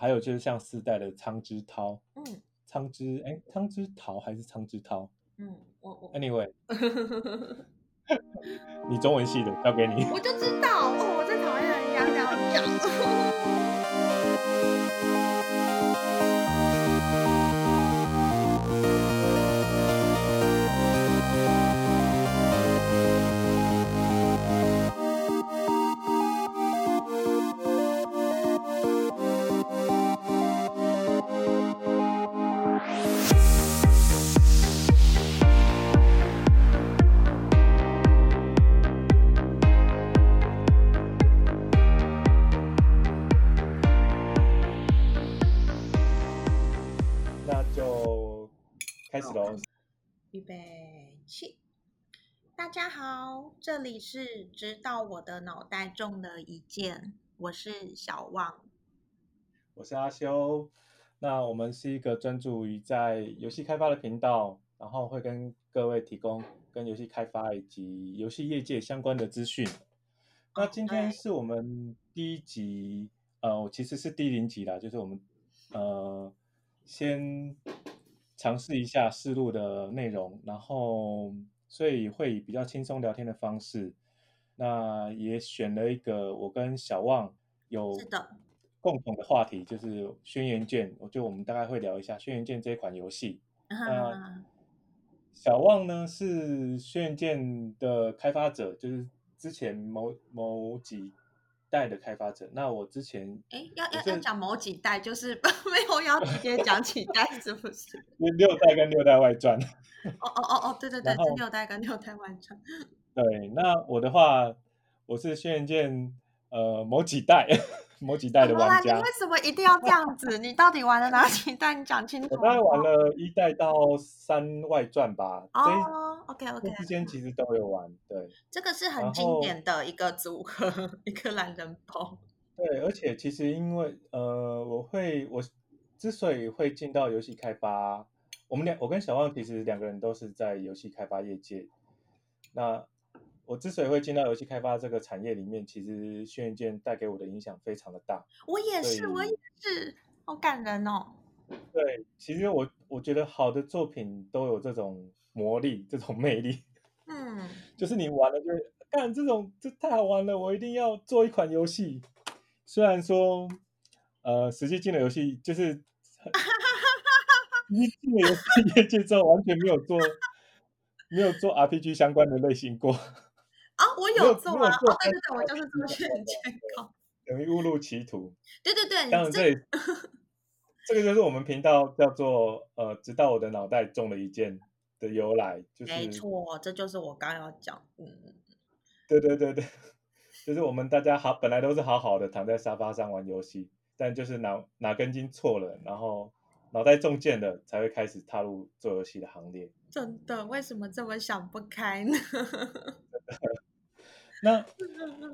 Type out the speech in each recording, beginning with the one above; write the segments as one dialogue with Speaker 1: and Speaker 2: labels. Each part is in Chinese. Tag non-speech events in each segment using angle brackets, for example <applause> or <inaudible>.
Speaker 1: 还有就是像四代的苍之涛、
Speaker 2: 嗯
Speaker 1: 苍之哎、苍之桃还是苍之涛
Speaker 2: 嗯，我我 <laughs>
Speaker 1: ？Anyway，你中文系的交给你。
Speaker 2: 我就知道哦，我最讨厌人家这样讲。
Speaker 1: 那就开始
Speaker 2: 好
Speaker 1: 喽
Speaker 2: 开。预备起！大家好，这里是直到我的脑袋中了一箭，我是小旺。
Speaker 1: 我是阿修。那我们是一个专注于在游戏开发的频道，然后会跟各位提供跟游戏开发以及游戏业界相关的资讯。那今天
Speaker 2: 哦对
Speaker 1: 是我们第一集，呃，其实是第零集啦，就是我们呃先尝试一下试录的内容，然后所以会以比较轻松聊天的方式，那也选了一个我跟小旺有
Speaker 2: 是的
Speaker 1: 共同的话题，就是《轩辕剑》，我就我们大概会聊一下《轩辕剑》这一款游戏。呃
Speaker 2: <laughs> 啊，
Speaker 1: 小旺呢是《轩辕剑》的开发者，就是之前某某几代的开发者。那我之
Speaker 2: <laughs>
Speaker 1: 前
Speaker 2: 哎、要要
Speaker 1: 我
Speaker 2: 要
Speaker 1: 是
Speaker 2: 讲某几代，就是 <laughs> 没有要直接讲几代，是不是？
Speaker 1: 六代跟六代外传，
Speaker 2: 哦哦哦哦，对对对，
Speaker 1: 然
Speaker 2: 是
Speaker 1: 后
Speaker 2: 六代跟六代完成。
Speaker 1: 对，那我的话，我是《轩辕剑》呃某几代 <laughs> 某几代的
Speaker 2: 怎么啦
Speaker 1: 玩
Speaker 2: 啊你
Speaker 1: 家。
Speaker 2: 为什么一定要这样子？你到底玩了哪几代？你讲清楚
Speaker 1: 我
Speaker 2: 好不好。
Speaker 1: 大概玩了一代到三外传吧，这一
Speaker 2: 哦，OK
Speaker 1: 这
Speaker 2: OK，
Speaker 1: 之间其实都有玩，对
Speaker 2: 这个是很
Speaker 1: 然
Speaker 2: 经
Speaker 1: 后
Speaker 2: 典的一个组合， <laughs> 一个懒人包。
Speaker 1: 对，而且其实因为呃，我会我之所以会进到游戏开发，我们俩我跟小旺其实两个人都是在游戏开发业界。那我之所以会进到游戏开发这个产业里面，其实《轩辕剑》带给我的影响非常的大。
Speaker 2: 我也是，我
Speaker 1: 对
Speaker 2: 也是，好感人哦。
Speaker 1: 对，其实我我觉得好的作品都有这种魔力，这种魅力。 <laughs>
Speaker 2: 嗯，
Speaker 1: 就是你玩了就会干这种，这太好玩了，我一定要做一款游戏。虽然说，呃，实际进了游戏
Speaker 2: <laughs>
Speaker 1: 就是，一进了游戏业界之后完全没有做，没有做 RPG 相关的类型过，
Speaker 2: 啊，我
Speaker 1: 没有
Speaker 2: 有做
Speaker 1: 没有
Speaker 2: 啊，
Speaker 1: 做
Speaker 2: 哦，对对对，我
Speaker 1: 还
Speaker 2: 就是
Speaker 1: 是
Speaker 2: 做
Speaker 1: 有
Speaker 2: 选
Speaker 1: 做
Speaker 2: 健康。
Speaker 1: 等于误入歧途。
Speaker 2: 对对
Speaker 1: 当
Speaker 2: 对，你
Speaker 1: 然
Speaker 2: 哎这
Speaker 1: 这也这个就是我们频道叫做呃，直到我的脑袋中了一箭的由来，就是
Speaker 2: 没错，这就是我刚要讲。嗯，
Speaker 1: 对对对对， <laughs> 就是我们大家好，本来都是好好的躺在沙发上玩游戏，但就是哪哪根筋错了，然后脑袋中箭了，才会开始踏入做游戏的行列。
Speaker 2: 真的，为什么这么想不开呢？ <laughs>
Speaker 1: 那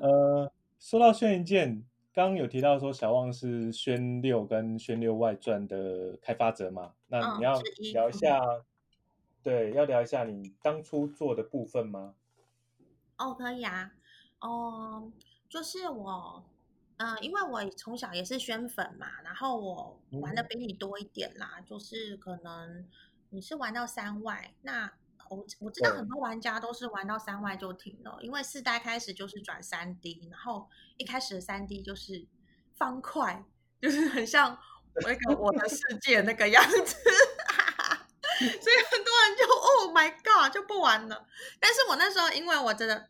Speaker 1: 呃，说到轩辕剑，刚刚有提到说小旺是轩六跟轩六外传的开发者嘛？那
Speaker 2: 嗯
Speaker 1: 你要
Speaker 2: 是一
Speaker 1: 聊一
Speaker 2: 嗯
Speaker 1: 下，对，要聊一下你当初做的部分吗？
Speaker 2: 哦，可以啊，哦，就是我，嗯、因为我从小也是宣粉嘛，然后我玩
Speaker 1: 嗯
Speaker 2: 的比你多一点啦，就是可能你是玩到三外，那我我知道很
Speaker 1: 对
Speaker 2: 多玩家都是玩到三外就停了，因为四代开始就是转三 D，然后一开始的三 D 就是方块，就是很像那个我的世界那个样子。 <laughs> 所以很多人就 Oh my God 就不玩了，但是我那时候因为我真的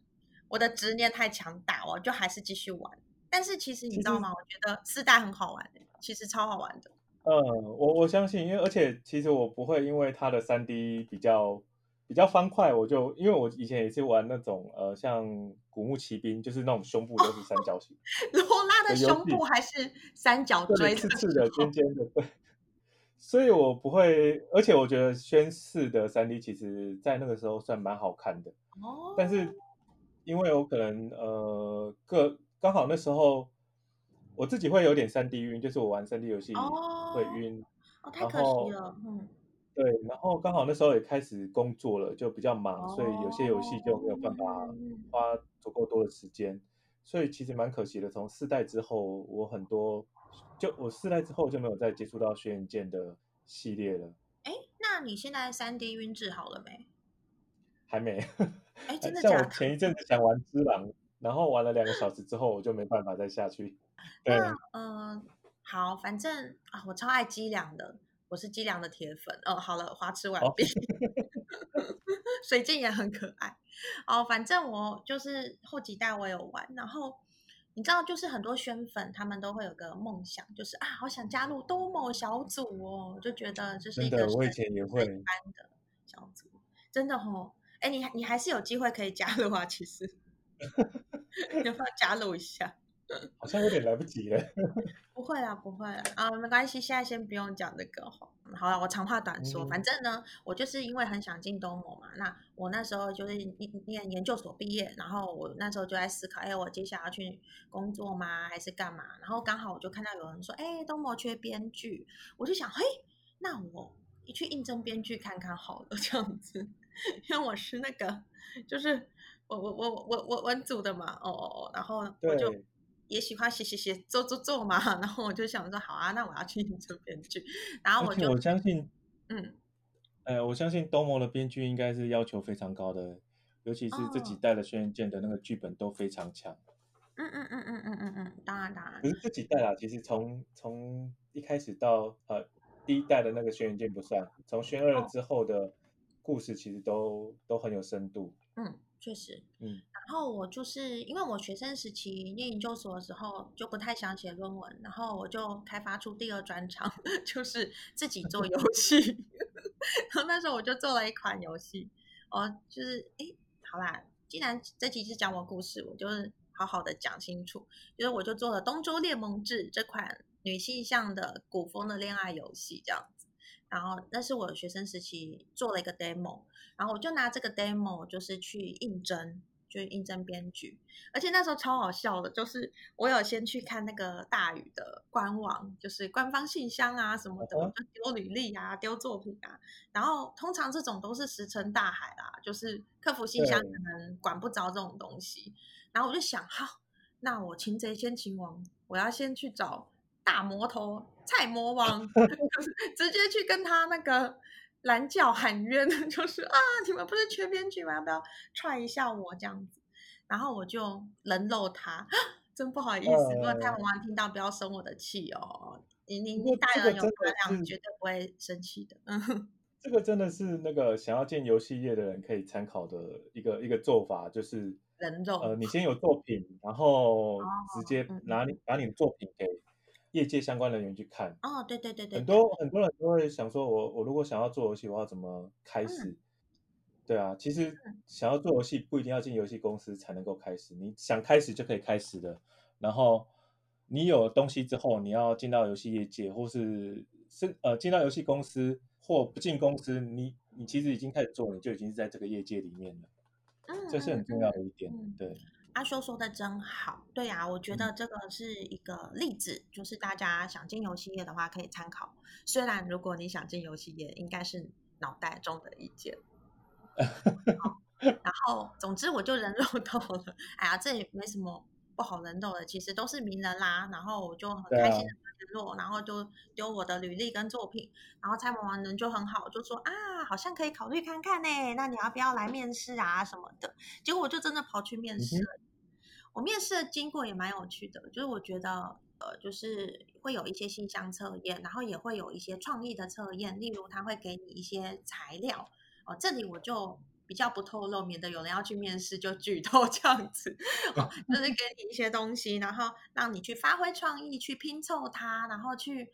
Speaker 2: 我的执念太强大，我就还是继续玩。但是其实你
Speaker 1: 其
Speaker 2: 知道
Speaker 1: 实
Speaker 2: 吗？我觉得四代很好玩、欸，其实超好玩的。 <laughs>
Speaker 1: 嗯，我我相信，因为而且其实我不会因为它的三 D 比较比较方块，我就因为我以前也是玩那种呃，像古墓奇兵，就是那种胸部都是三角形，
Speaker 2: 罗拉的
Speaker 1: 的游
Speaker 2: 胸
Speaker 1: 戏
Speaker 2: 部还是三角
Speaker 1: 对，
Speaker 2: 锥
Speaker 1: 刺
Speaker 2: 的
Speaker 1: 刺
Speaker 2: 时
Speaker 1: 的、
Speaker 2: 候
Speaker 1: 尖尖的，对。所以我不会，而且我觉得宣誓的三 D 其实在那个时候算蛮好看的，
Speaker 2: 哦，
Speaker 1: 但是因为我可能呃个刚好那时候我自己会有点三 D 晕，就是我玩三 D 游戏
Speaker 2: 哦
Speaker 1: 会晕。
Speaker 2: 哦太
Speaker 1: 然
Speaker 2: 可惜
Speaker 1: 后
Speaker 2: 了，嗯，
Speaker 1: 对，然后刚好那时候也开始工作了，就比较忙，嗯所以有些游戏就没有办法
Speaker 2: 嗯
Speaker 1: 花足够多的时间，所以其实蛮可惜的。从四代之后，我很多就我四代之后就没有再接触到轩辕剑的系列了，
Speaker 2: 哎，那你现在三 D 晕制好了没？
Speaker 1: 还没。 <laughs>
Speaker 2: 哎，真的
Speaker 1: 像
Speaker 2: 假
Speaker 1: 我
Speaker 2: 的？
Speaker 1: 前一阵子想玩《只狼》，然后玩了两个小时之后，我就没办法再下
Speaker 2: <laughs>
Speaker 1: 去。对，
Speaker 2: 那嗯，好，反正啊，我超爱鸡粮的，我是鸡粮的铁粉。哦，好了，花痴完
Speaker 1: 哦
Speaker 2: 毕。 <laughs> 水晶也很可爱哦，反正我就是后几代我有玩，然后你知道，就是很多宣粉他们都会有个梦想，就是啊，好想加入多某小组哦，就觉得这是
Speaker 1: 真
Speaker 2: 一个
Speaker 1: 的，我以
Speaker 2: 神
Speaker 1: 前也
Speaker 2: 神
Speaker 1: 会
Speaker 2: 一般的小组，真的哦。哎，你还你还是有机会可以加入啊，其实 <laughs> 你要不要加入一下？
Speaker 1: 好像有点来不及了。
Speaker 2: 不会啦，不会啦，啊，没关系，现在先不用讲这个哈。嗯好了，我长话短说，反
Speaker 1: 嗯
Speaker 2: 正呢，我就是因为很想进东盟嘛，那我那时候就是念念研究所毕业，然后我那时候就在思考，哎，我接下来要去工作吗，还是干嘛？然后刚好我就看到有人说，哎，东盟缺编剧，我就想，嘿，那我去应征编剧看看好了， <laughs> 这样子，因为我是那个就是我我我我我文组的嘛，哦哦哦，然后我就
Speaker 1: 对
Speaker 2: 也喜欢写写写做做做嘛， <laughs> 然后我就想说好啊，那我要去你这边去，然后
Speaker 1: 而
Speaker 2: 啊我
Speaker 1: 且
Speaker 2: 就
Speaker 1: 我相信，
Speaker 2: 嗯
Speaker 1: 呃，我相信东盟的编剧应该是要求非常高的，尤其是这几
Speaker 2: 哦
Speaker 1: 代的轩辕剑的那个剧本都非常强。
Speaker 2: 嗯嗯嗯嗯嗯嗯嗯，当然当然
Speaker 1: 可，是这几代啦，其实从从一开始到呃第一代的那个轩辕剑不算，从轩二
Speaker 2: 哦
Speaker 1: 之后的故事其实都都很有深度。
Speaker 2: 嗯确实，
Speaker 1: 嗯，
Speaker 2: 然后我就是因为我学生时期念研究所的时候就不太想写论文，然后我就开发出第二专长， <laughs> 就是自己做游戏。 <laughs> 然后那时候我就做了一款游戏，哦，就是诶，好啦，既然这集是讲我故事，我就是好好的讲清楚，就是我就做了《东周联盟志》这款女性向的古风的恋爱游戏这样子。然后那是我学生时期做了一个 demo，然后我就拿这个 demo 就是去应征，就应征编剧，而且那时候超好笑的，就是我有先去看那个大宇的官网，就是官方信箱啊什么
Speaker 1: 嗯
Speaker 2: 的，我
Speaker 1: 哼
Speaker 2: 就丢履历啊，丢作品啊，然后通常这种都是石沉大海啦，就是客服信箱
Speaker 1: 对，
Speaker 2: 可能管不着这种东西，然后我就想，好，那我擒贼先擒王，我要先去找大魔头菜魔王，就是直接去跟他那个蓝教喊冤， <laughs> 就是啊，你们不是缺编剧吗？要不要 try 一下我这样子？然后我就人肉他， <gasps> 真不好意思，如果菜
Speaker 1: 呃，
Speaker 2: 魔王听到，不要生我的气哦。你你
Speaker 1: 不
Speaker 2: 你
Speaker 1: 过
Speaker 2: 大
Speaker 1: 这
Speaker 2: 人
Speaker 1: 个
Speaker 2: 有
Speaker 1: 真的
Speaker 2: 大量，
Speaker 1: 是。
Speaker 2: 绝对不会生气的。嗯，
Speaker 1: 这个真的是那个想要进游戏业的人可以参考的一个一个做法，就是
Speaker 2: 人肉，
Speaker 1: 呃，你先有作品，然后直接
Speaker 2: 哦嗯嗯，
Speaker 1: 拿你把你的作品给业界相关人员去看。
Speaker 2: 哦，对对对对
Speaker 1: 很
Speaker 2: 对，
Speaker 1: 多很多人都会想说我我如果想要做游戏，我要怎么开
Speaker 2: 嗯
Speaker 1: 始？对啊，其实
Speaker 2: 嗯，
Speaker 1: 想要做游戏不一定要进游戏公司才能够开始，你想开始就可以开始的。然后你有东西之后，你要进到游戏业界，或是是呃进到游戏公司或不进公司，你你其实已经开始做，你就已经是在这个业界里面了，
Speaker 2: 嗯
Speaker 1: 这是
Speaker 2: 嗯
Speaker 1: 很重要
Speaker 2: 嗯
Speaker 1: 的一点。
Speaker 2: 嗯，
Speaker 1: 对，
Speaker 2: 阿修说的真好，对呀、我觉
Speaker 1: 嗯，
Speaker 2: 得这个是一个例子，就是大家想进游戏业的话可以参考。虽然如果你想进游戏业，应该是脑袋中的意
Speaker 1: <laughs>
Speaker 2: 见。然后，总之我就人肉到了，哎呀，这也没什么不好人肉的，其实都是名人啦。然后我就很
Speaker 1: 对
Speaker 2: 开心
Speaker 1: 啊，
Speaker 2: 的联络，然后就丢我的履历跟作品，然后蔡萌萌人就很好，就说啊，好像可以考虑看看呢、那你要不要来面试啊什么的？结果我就真的跑去面
Speaker 1: 嗯
Speaker 2: 试
Speaker 1: 哼，
Speaker 2: 了。我面试的经过也蛮有趣的，就是我觉得呃，就是会有一些性向测验，然后也会有一些创意的测验，例如他会给你一些材料哦，这里我就。比较不透露，免得有人要去面试就剧透这样子
Speaker 1: <laughs>
Speaker 2: 哦，就是给你一些东西，然后让你去发挥创意，去拼凑它，然后去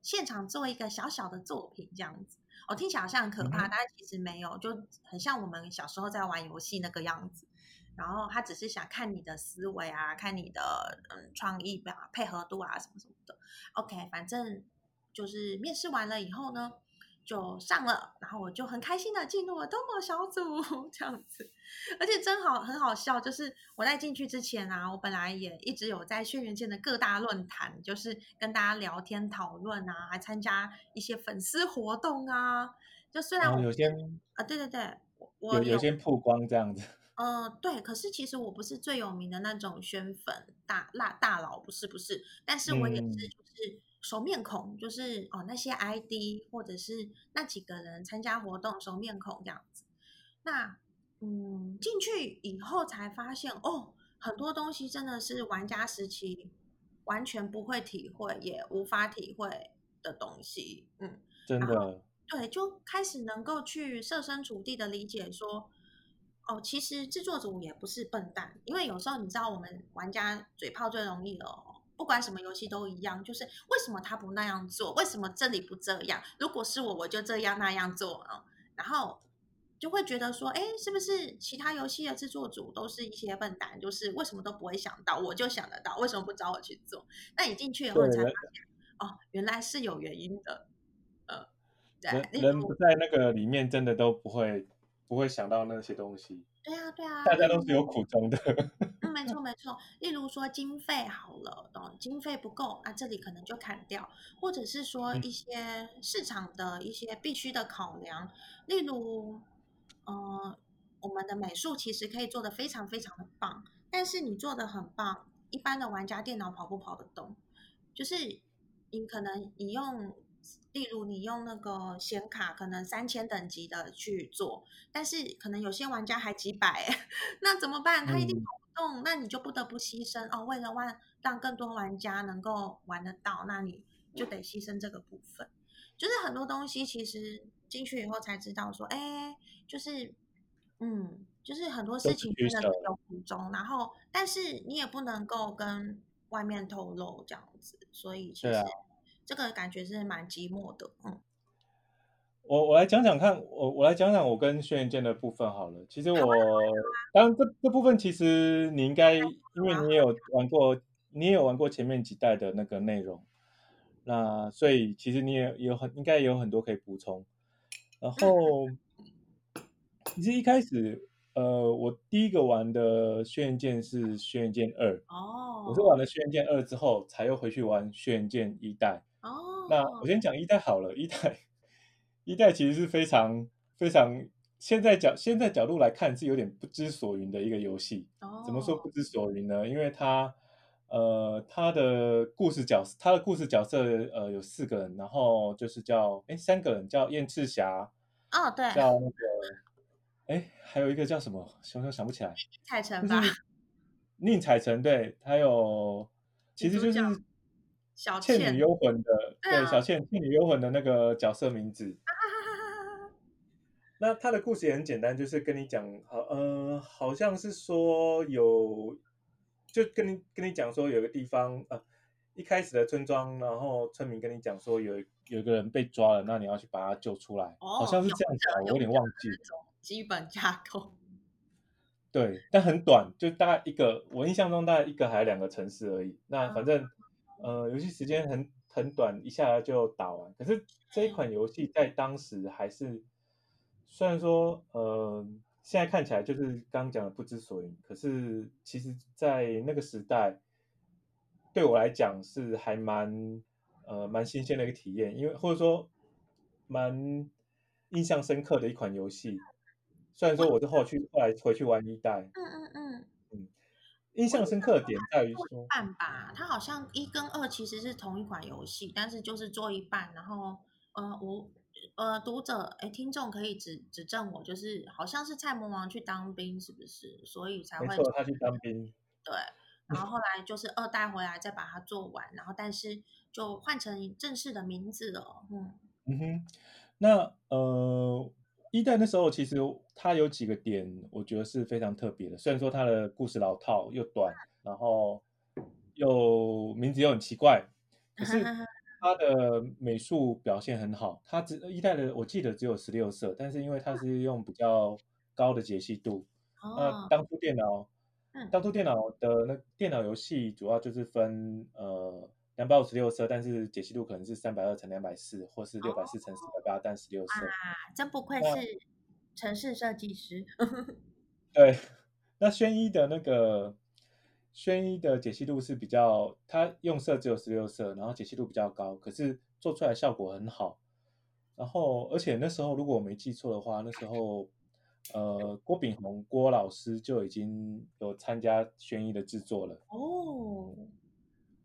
Speaker 2: 现场做一个小小的作品这样子。哦，听起来好像很可
Speaker 1: 嗯
Speaker 2: 怕，
Speaker 1: 哼，
Speaker 2: 但是其实没有，就很像我们小时候在玩游戏那个样子。然后他只是想看你的思维啊，看你的嗯创意表啊配合度啊什么什么的。OK，反正就是面试完了以后呢，就上了，然后我就很开心的进入了东某小组 <laughs> 这样子，而且真好很好笑，就是我在进去之前啊，我本来也一直有在轩辕界的各大论坛，就是跟大家聊天讨论啊，还参加一些粉丝活动啊。就虽然
Speaker 1: 然后
Speaker 2: 我不
Speaker 1: 哦有
Speaker 2: 是
Speaker 1: 些
Speaker 2: 啊，对对对，我我
Speaker 1: 有有
Speaker 2: 有
Speaker 1: 些曝光这样子，
Speaker 2: 呃，对，可是其实我不是最有名的那种宣粉大辣大佬，不是不是，但是我也
Speaker 1: 嗯
Speaker 2: 是就是熟面孔，就是哦那些 ID 或者是那几个人参加活动熟面孔这样子。那嗯，进去以后才发现哦，很多东西真的是玩家时期完全不会体会，也无法体会的东西，嗯。
Speaker 1: 真的，
Speaker 2: 对，就开始能够去设身处地的理解说，哦，其实制作组也不是笨蛋，因为有时候你知道我们玩家嘴炮最容易了哦，不管什么游戏都一样，就是为什么他不那样做，为什么这里不这样？如果是我，我就这样那样做啊、然后就会觉得说，哎，是不是其他游戏的制作组都是一些笨蛋，就是为什么都不会想到，我就想得到，为什么不找我去做？那你进去以后
Speaker 1: 对
Speaker 2: 你才发
Speaker 1: 人
Speaker 2: 现，哦，原来是有原因的，呃，对，
Speaker 1: 人
Speaker 2: 例
Speaker 1: 人
Speaker 2: 如
Speaker 1: 不在那个里面，真的都不会不会想到那些东西，
Speaker 2: 对啊，对啊，
Speaker 1: 大家
Speaker 2: 例
Speaker 1: 都
Speaker 2: 如
Speaker 1: 是有苦衷的。 <laughs>
Speaker 2: 嗯，没错没错。例如说经费好了，哦，经费不够，那这里可能就砍掉，或者是说
Speaker 1: 嗯
Speaker 2: 一些市场的一些必须的考量，例如，呃，我们的美术其实可以做的非常非常的棒，但是你做的很棒，一般的玩家电脑跑不跑得动？就是你可能你用，例如你用那个显卡，可能三千等级的去做，但是可能有些玩家还几百， <laughs> 那怎么办？他一定
Speaker 1: 嗯
Speaker 2: 跑不动，那你就不得不牺牲哦。为了让让更多玩家能够玩得到，那你就得牺牲这个部分。就是很多东西其实进去以后才知道说，哎，就是嗯，就是很多
Speaker 1: 都
Speaker 2: 事
Speaker 1: 是
Speaker 2: 情
Speaker 1: 取
Speaker 2: 真的是
Speaker 1: 舍
Speaker 2: 有苦衷，然后但是你也不能够跟外面透露这样子，所以其
Speaker 1: 对
Speaker 2: 实
Speaker 1: 啊
Speaker 2: 这个感觉是蛮寂寞的，嗯，
Speaker 1: 我我来讲讲看，我我来讲讲我跟轩辕剑的部分好了。其实
Speaker 2: 好啊
Speaker 1: 我当然这这部分其实你应该，因为
Speaker 2: 啊
Speaker 1: 你也有玩过，你也有玩过前面几代的那个内容，那所以其实你也有很应该也有很多可以补充。
Speaker 2: 嗯
Speaker 1: 然后其实一开始，呃，我第一个玩的轩辕剑是轩辕剑二，
Speaker 2: 哦，
Speaker 1: 我是玩了轩辕剑二之后才又回去玩轩辕剑一代。那我
Speaker 2: 哦，
Speaker 1: 先讲一代好了，一代一代其实是非常非常现在角现在角度来看是有点不知所云的一个游戏。怎么说
Speaker 2: 哦，
Speaker 1: 不知所云呢？因为它呃它的故事角它的故事角色呃有四个人，然后就是叫哎三个人叫燕赤霞，
Speaker 2: 哦，对，
Speaker 1: 叫那个哎还有一个叫什么，熊熊想不起来。
Speaker 2: 蔡成
Speaker 1: 就
Speaker 2: 吧，
Speaker 1: 是宁采臣对，还有其
Speaker 2: 女
Speaker 1: 实
Speaker 2: 主
Speaker 1: 就
Speaker 2: 角
Speaker 1: 是《
Speaker 2: 小
Speaker 1: 倩
Speaker 2: 倩
Speaker 1: 女幽魂》的
Speaker 2: 对
Speaker 1: 对
Speaker 2: 啊
Speaker 1: 小倩《倩女幽魂》的那个角色名字。那他的故事也很简单，就是跟你讲，好，呃，好像是说有，就跟你跟你讲说有个地方，呃，一开始的村庄，然后村民跟你讲说有有一个人被抓了，那你要去把他救出来，好
Speaker 2: 哦，
Speaker 1: 像是
Speaker 2: 勇
Speaker 1: 这样
Speaker 2: 者
Speaker 1: 讲，我有
Speaker 2: 勇
Speaker 1: 点
Speaker 2: 者
Speaker 1: 忘记了
Speaker 2: 这种基本架构， <laughs>
Speaker 1: 对，但很短，就大概一个，我印象中大概一个还是两个城市而已。那
Speaker 2: 啊
Speaker 1: 反正，呃，游戏时间很很短，一下就打完。可是这一款游戏在当时还是，虽然说，呃，现在看起来就是刚讲的不知所云，可是其实在那个时代，对我来讲是还蛮，呃，蛮新鲜的一个体验，因为或者说蛮印象深刻的一款游戏。虽然说我是后去后来回去玩一代，
Speaker 2: 嗯嗯嗯，
Speaker 1: 印象深刻的点在于
Speaker 2: 做一
Speaker 1: 说，
Speaker 2: 半吧，它好像一跟二其实是同一款游戏，但是就是做一半，然后呃我。呃，读者哎，听众可以指指正我，就是好像是蔡魔王去当兵，是不是？所以才
Speaker 1: 没
Speaker 2: 会
Speaker 1: 错，他去当兵，
Speaker 2: 对，然后后来就是二代回来再把它做完，然后但是就换成正式的名字了。嗯
Speaker 1: 嗯哼，那呃，一代那时候其实它有几个点，我觉得是非常特别的。虽然说它的故事老套又短，然后又名字又很奇怪，可
Speaker 2: <laughs>
Speaker 1: 是呃它的美术表现很好。它只一代的我记得只有十六色，但是因为它是用比较高的解析度，那
Speaker 2: 哦，
Speaker 1: 呃当初电脑，
Speaker 2: 嗯
Speaker 1: 当初电脑的那电脑游戏主要就是分呃两百五十六色，但是解析度可能是三百二乘两百四，或是六百四乘四百八，但十六
Speaker 2: 哦
Speaker 1: 色。
Speaker 2: 真不愧
Speaker 1: 那
Speaker 2: 是城市设计师。 <laughs>
Speaker 1: 对，那轩一的那个轩一的解析度是比较，它用色只有十六色，然后解析度比较高，可是做出来效果很好。然后，而且那时候如果我没记错的话，那时候呃，郭炳宏郭老师就已经有参加轩逸的制作了。
Speaker 2: 哦，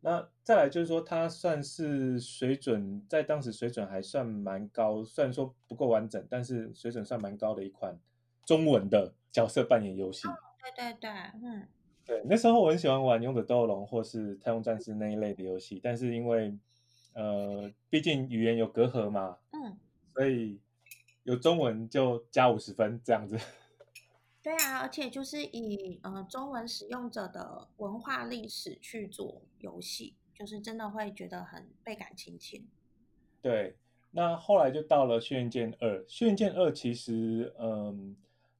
Speaker 1: 那再来就是说，它算是水准，在当时水准还算蛮高，虽然说不够完整，但是水准算蛮高的一款中文的角色扮演游戏。
Speaker 2: 对对对，嗯，
Speaker 1: 对，那时候我很喜欢玩《勇者斗恶龙》或是《太空战士》那一类的游戏，但是因为呃，毕竟语言有隔阂嘛，
Speaker 2: 嗯，
Speaker 1: 所以有中文就加五十分这样子。
Speaker 2: 对啊，而且就是以呃中文使用者的文化历史去做游戏，就是真的会觉得很倍感亲切。
Speaker 1: 对，那后来就到了《轩辕剑二》，《轩辕剑二》其实，嗯，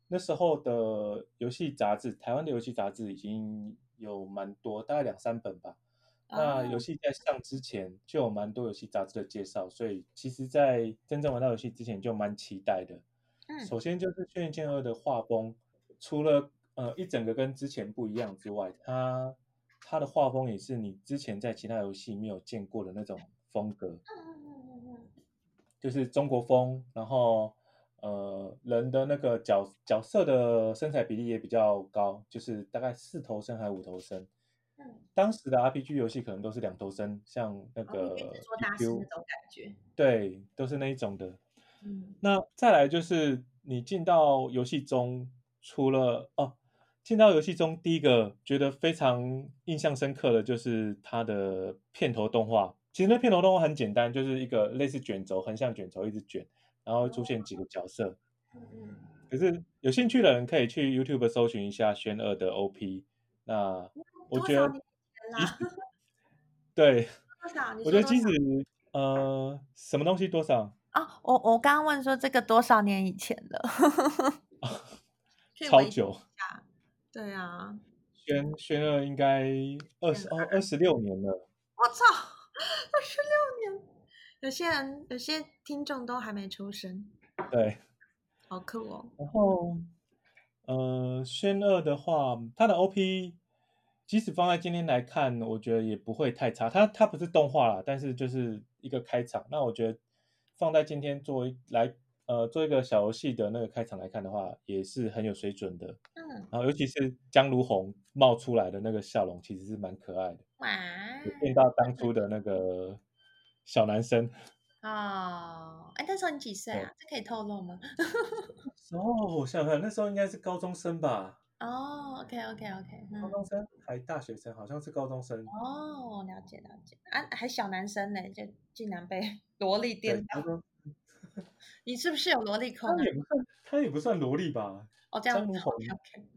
Speaker 1: 那时候的游戏杂志，台湾的游戏杂志已经有蛮多，大概两三本吧。那游
Speaker 2: 哦
Speaker 1: 戏在上之前就有蛮多游戏杂志的介绍，所以其实，在真正玩到游戏之前就蛮期待的。
Speaker 2: 嗯
Speaker 1: 首先就是《轩辕剑二》的画风，除了呃一整个跟之前不一样之外，它它的画风也是你之前在其他游戏没有见过的那种风格。
Speaker 2: 嗯嗯嗯嗯
Speaker 1: 就是中国风，然后呃人的那个角角色的身材比例也比较高，就是大概四头身还是五头身。
Speaker 2: 嗯嗯，
Speaker 1: 当时的 RPG 游戏可能都是两头身，像那
Speaker 2: 然
Speaker 1: 个
Speaker 2: 后哦嗯你去制作大师
Speaker 1: EQ
Speaker 2: 那种感觉，
Speaker 1: 对，都是那一种的。
Speaker 2: 嗯
Speaker 1: 那再来就是你进到游戏中，除了哦，进到游戏中第一个觉得非常印象深刻的就是它的片头动画。其实那片头动画很简单，就是一个类似卷轴，横向卷轴一直卷，然后会出现几个角色。
Speaker 2: 嗯嗯，
Speaker 1: 可是有兴趣的人可以去 YouTube 搜寻一下轩二的 OP。那我
Speaker 2: 嗯多
Speaker 1: 觉
Speaker 2: 少
Speaker 1: 得
Speaker 2: 年前啦？
Speaker 1: 对，
Speaker 2: 多少？你
Speaker 1: 我
Speaker 2: 说
Speaker 1: 觉得
Speaker 2: 多
Speaker 1: 即
Speaker 2: 少
Speaker 1: 使？呃什么东西多少
Speaker 2: 啊，我我刚刚问说这个多少年以前 <laughs> 了？可以
Speaker 1: 超
Speaker 2: 回忆一
Speaker 1: 久。
Speaker 2: 下。对啊，
Speaker 1: 轩轩二应该二十哦二十六年了，
Speaker 2: 我操，二十六年，有些人有些听众都还没出生，
Speaker 1: 对。
Speaker 2: 好酷哦！
Speaker 1: 然后呃，轩二的话，它的 OP 即使放在今天来看，我觉得也不会太差。它它不是动画啦，但是就是一个开场。那我觉得放在今天作为来呃做一个小游戏的那个开场来看的话，也是很有水准的。
Speaker 2: 嗯，
Speaker 1: 然后尤其是江如红冒出来的那个笑容，其实是蛮可爱的，
Speaker 2: 哇
Speaker 1: 也见到当初的那个小男生。
Speaker 2: 哦，哎，那时候你几岁啊？这可以透露吗？ <laughs>
Speaker 1: 哦，我想想看，那时候应该是高中生吧，
Speaker 2: 哦，OK OK OK，
Speaker 1: 高
Speaker 2: 嗯，
Speaker 1: 中生还大学生，好像是高中生。
Speaker 2: 哦，了解了解啊，还小男生呢，就竟然被 <laughs> 萝莉
Speaker 1: 对，
Speaker 2: 颠
Speaker 1: 高
Speaker 2: 倒，
Speaker 1: 中
Speaker 2: 你是不是有萝莉控
Speaker 1: 他
Speaker 2: 啊？
Speaker 1: 也不算，他也不算萝莉吧。
Speaker 2: 哦，这样
Speaker 1: 张
Speaker 2: 子
Speaker 1: 如
Speaker 2: ，OK
Speaker 1: 红
Speaker 2: OK，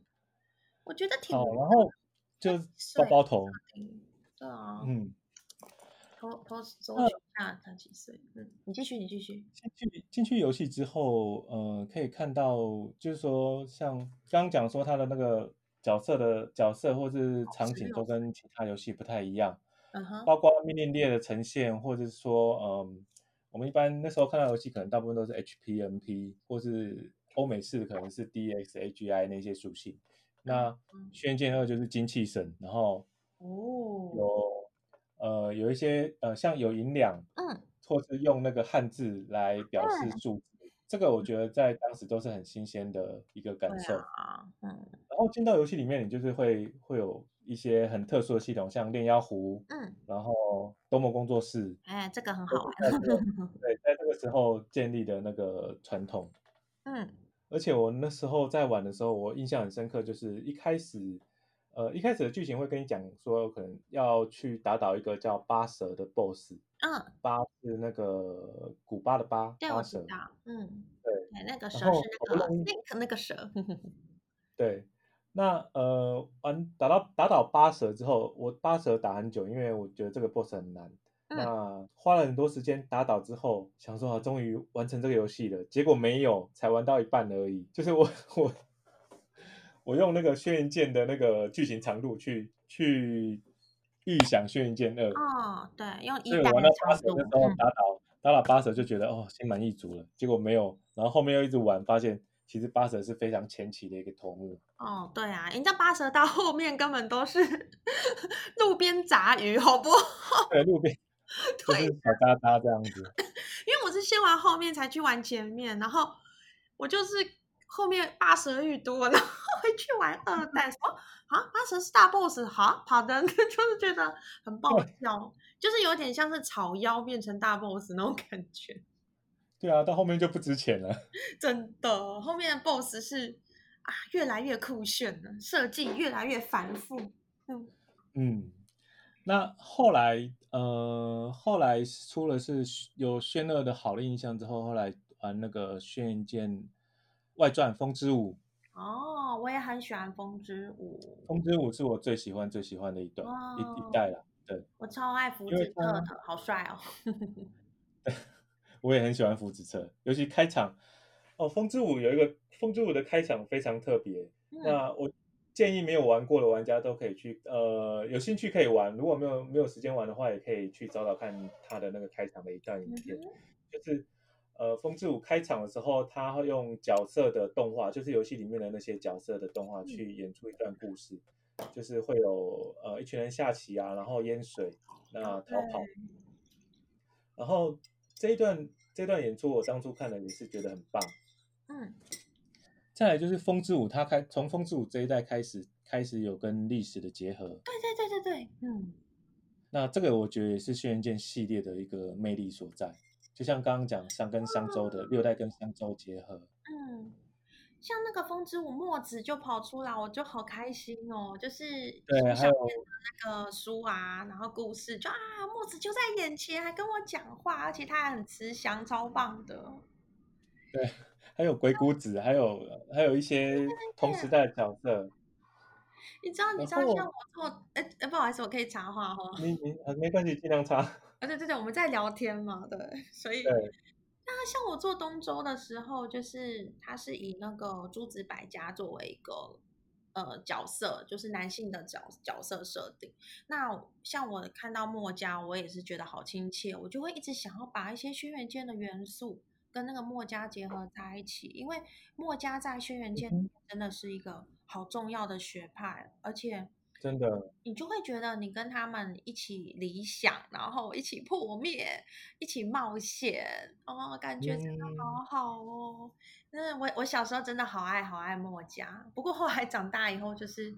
Speaker 2: 我觉得挺 <laughs>
Speaker 1: 好，哦然后就包
Speaker 2: 岁
Speaker 1: 包头，
Speaker 2: 对啊，
Speaker 1: 嗯，
Speaker 2: 偷偷搜
Speaker 1: 那
Speaker 2: 寻一下他几岁。嗯，你继续，你继续。
Speaker 1: 进去进去游戏之后，呃，可以看到，就是说，像刚刚讲说他的那个角色的角色或
Speaker 2: 哦
Speaker 1: 是场景都跟其他游戏不太一样，
Speaker 2: 嗯哼，
Speaker 1: 包括命令列的呈现，或者是说，嗯，我们一般那时候看到游戏，可能大部分都是 HPMP 或是欧美式的可能是 DXAGI 那些属性。那《
Speaker 2: 嗯
Speaker 1: 轩辕剑二》就是精气神，然后
Speaker 2: 哦，
Speaker 1: 有呃有一些呃像有银两，
Speaker 2: 嗯，
Speaker 1: 或是用那个汉字来表示数字，这个我觉得在当时都是很新鲜的一个感
Speaker 2: 对
Speaker 1: 受。
Speaker 2: 啊，嗯
Speaker 1: 然后进到游戏里面，你就是会会有一些很特殊的系统，像炼妖壶，
Speaker 2: 嗯，
Speaker 1: 然后多摩工作室，
Speaker 2: 哎，这个很
Speaker 1: 都
Speaker 2: 好
Speaker 1: 是
Speaker 2: 玩。
Speaker 1: 在这
Speaker 2: <laughs>
Speaker 1: 个对在这个时候建立的那个传统。
Speaker 2: 嗯
Speaker 1: 而且我那时候在玩的时候，我印象很深刻，就是一开始，呃，一开始的剧情会跟你讲说，可能要去打倒一个叫巴蛇的 BOSS，
Speaker 2: 嗯，
Speaker 1: 巴是那个古巴的巴，
Speaker 2: 对，
Speaker 1: 巴
Speaker 2: 我
Speaker 1: 蛇，
Speaker 2: 知道。嗯，
Speaker 1: 对，
Speaker 2: 对，那个
Speaker 1: 然
Speaker 2: 蛇
Speaker 1: 后
Speaker 2: 是
Speaker 1: 好不
Speaker 2: 那个
Speaker 1: 容易，
Speaker 2: Link 那个蛇。
Speaker 1: <laughs> 对，那呃，玩打到打倒巴蛇之后，我巴蛇打很久，因为我觉得这个 BOSS 很难。
Speaker 2: 嗯，
Speaker 1: 那花了很多时间打倒之后，想说啊，终于完成这个游戏了，结果没有，才玩到一半而已。就是我我我用那个《轩辕剑》的那个剧情长度去去预想《轩辕剑二》，
Speaker 2: 哦，对，用
Speaker 1: 所
Speaker 2: 一
Speaker 1: 以
Speaker 2: 代
Speaker 1: 我玩
Speaker 2: 的
Speaker 1: 到八
Speaker 2: 长
Speaker 1: 蛇那时
Speaker 2: 度。
Speaker 1: 候
Speaker 2: 嗯，
Speaker 1: 打倒打倒八蛇就觉得哦心满意足了，结果没有，然后后面又一直玩，发现其实八蛇是非常前期的一个头目。
Speaker 2: 哦，对啊，人家八蛇到后面根本都是 <laughs> 路边杂鱼，好不好？ <laughs>
Speaker 1: 对，路边就是
Speaker 2: 对
Speaker 1: 小渣渣这样子。
Speaker 2: 因为我是先玩后面才去玩前面，然后我就是后面八蛇愈多， <laughs> 然后回去玩二代，什么啊八蛇是大 boss，好好的， <laughs> 就是觉得很爆笑，就是有点像是草妖变成大 boss 那种感觉。
Speaker 1: 对啊，到后面就不值钱了。
Speaker 2: 真的，后面的 BOSS 是啊，越来越酷炫了，设计越来越繁复。嗯，
Speaker 1: 嗯，那后来呃，后来出了是有炫乐的好的印象之后，后来玩那个《轩辕剑外传：风之舞》，
Speaker 2: 哦，我也很喜欢风之舞
Speaker 1: 《风之舞》是我最喜欢最喜欢的一段、一
Speaker 2: 哦
Speaker 1: 一代啦。对，
Speaker 2: 我超爱福
Speaker 1: 因为
Speaker 2: 子特
Speaker 1: 它
Speaker 2: 的，好帅哦。
Speaker 1: 我也很喜欢福子车，尤其开场哦，《风之舞》有一个《风之舞》的开场非常特别，
Speaker 2: 嗯，
Speaker 1: 那我建议没有玩过的玩家都可以去，呃，有兴趣可以玩，如果没有没有时间玩的话，也可以去找找看他的那个开场的一段影
Speaker 2: 嗯
Speaker 1: 片，
Speaker 2: 哼，
Speaker 1: 就是呃，风之舞开场的时候，他会用角色的动画，就是游戏里面的那些角色的动画
Speaker 2: 嗯
Speaker 1: 去演出一段故事，就是会有呃一群人下棋啊，然后淹水，那逃跑，
Speaker 2: 对，
Speaker 1: 然后这一段这段演出我当初看了也是觉得很棒，
Speaker 2: 嗯
Speaker 1: 再来就是风之舞，它开从风之舞这一代开始，开始有跟历史的结合。
Speaker 2: 对对对对对，嗯，
Speaker 1: 那这个我觉得也是轩辕剑系列的一个魅力所在。就像刚刚讲商跟商周的六代跟商周结合，
Speaker 2: 嗯，像那个风之舞墨子就跑出来，我就好开心哦！就是
Speaker 1: 对
Speaker 2: 书
Speaker 1: 还
Speaker 2: 上面
Speaker 1: 有
Speaker 2: 的那个书啊，然后故事就啊，墨子就在眼前，还跟我讲话，而且他还很慈祥，超棒的。
Speaker 1: 对，还有鬼谷子，还有还有一些同时代的角色。
Speaker 2: 你知道，你
Speaker 1: 然
Speaker 2: 知道，像
Speaker 1: 后
Speaker 2: 我做，哎哎，不好意思，我可以插话哦。
Speaker 1: 你你啊没关系，尽量插。
Speaker 2: 啊，对对对，我们在聊天嘛，对， <laughs> 所以
Speaker 1: 对，
Speaker 2: 那像我做东周的时候，就是他是以那个诸子百家作为一个呃角色，就是男性的角角色设定。那像我看到墨家，我也是觉得好亲切，我就会一直想要把一些轩辕剑的元素跟那个墨家结合在一起，因为墨家在轩辕
Speaker 1: 嗯
Speaker 2: 剑里
Speaker 1: 哼
Speaker 2: 面真的是一个好重要的学派，而且。
Speaker 1: 真的，
Speaker 2: 你就会觉得你跟他们一起理想，然后一起破灭，一起冒险，哦，感觉真的
Speaker 1: 嗯，
Speaker 2: 好好哦。那我我小时候真的好爱好爱墨家，不过后来长大以后，就是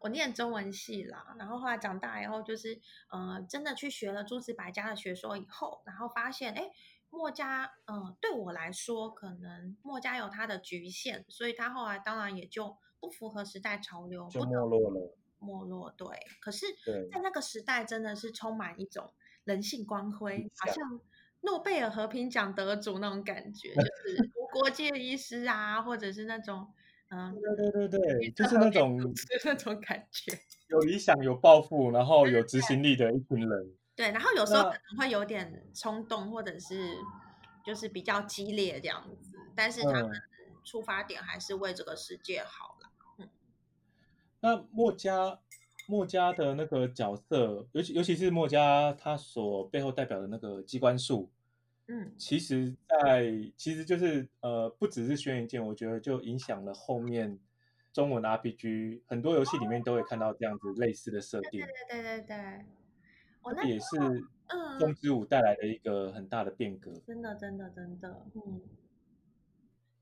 Speaker 2: 我念中文系啦，然后后来长大以后，就是呃，真的去学了诸子百家的学说以后，然后发现哎。诶墨家，嗯、对我来说，可能墨家有它的局限，所以它后来当然也就不符合时代潮流，
Speaker 1: 就
Speaker 2: 不得
Speaker 1: 没落了。
Speaker 2: 没落，对。可是，
Speaker 1: 对，
Speaker 2: 在那个时代，真的是充满一种人性光
Speaker 1: 理
Speaker 2: 辉，好
Speaker 1: 想，
Speaker 2: 像诺贝尔和平奖得主那种感觉，就是无国界医师啊，或者是那种嗯，
Speaker 1: 对对对对，
Speaker 2: 绿
Speaker 1: 就
Speaker 2: 色
Speaker 1: 是
Speaker 2: 和
Speaker 1: 那
Speaker 2: 平组
Speaker 1: 种
Speaker 2: 织那种感觉。
Speaker 1: 有理想、有抱负，然后有执行力的一群人。
Speaker 2: 对，然后有时候可
Speaker 1: 那
Speaker 2: 能会有点冲动，或者是就是比较激烈这样子，但是他们
Speaker 1: 嗯，
Speaker 2: 出发点还是为这个世界好啦。嗯
Speaker 1: 那墨家墨家的那个角色，尤其尤其是墨家他所背后代表的那个机关术，
Speaker 2: 嗯
Speaker 1: 其实在其实就是呃，不只是轩辕剑，我觉得就影响了后面中文 RPG 很多游戏里面都会看到这样子类似的设定，
Speaker 2: 对对对对，我
Speaker 1: 这
Speaker 2: 那
Speaker 1: 个也
Speaker 2: 时
Speaker 1: 是
Speaker 2: 候嗯，
Speaker 1: 风之舞带来的一个很大的变革。
Speaker 2: 真的真的真的，嗯。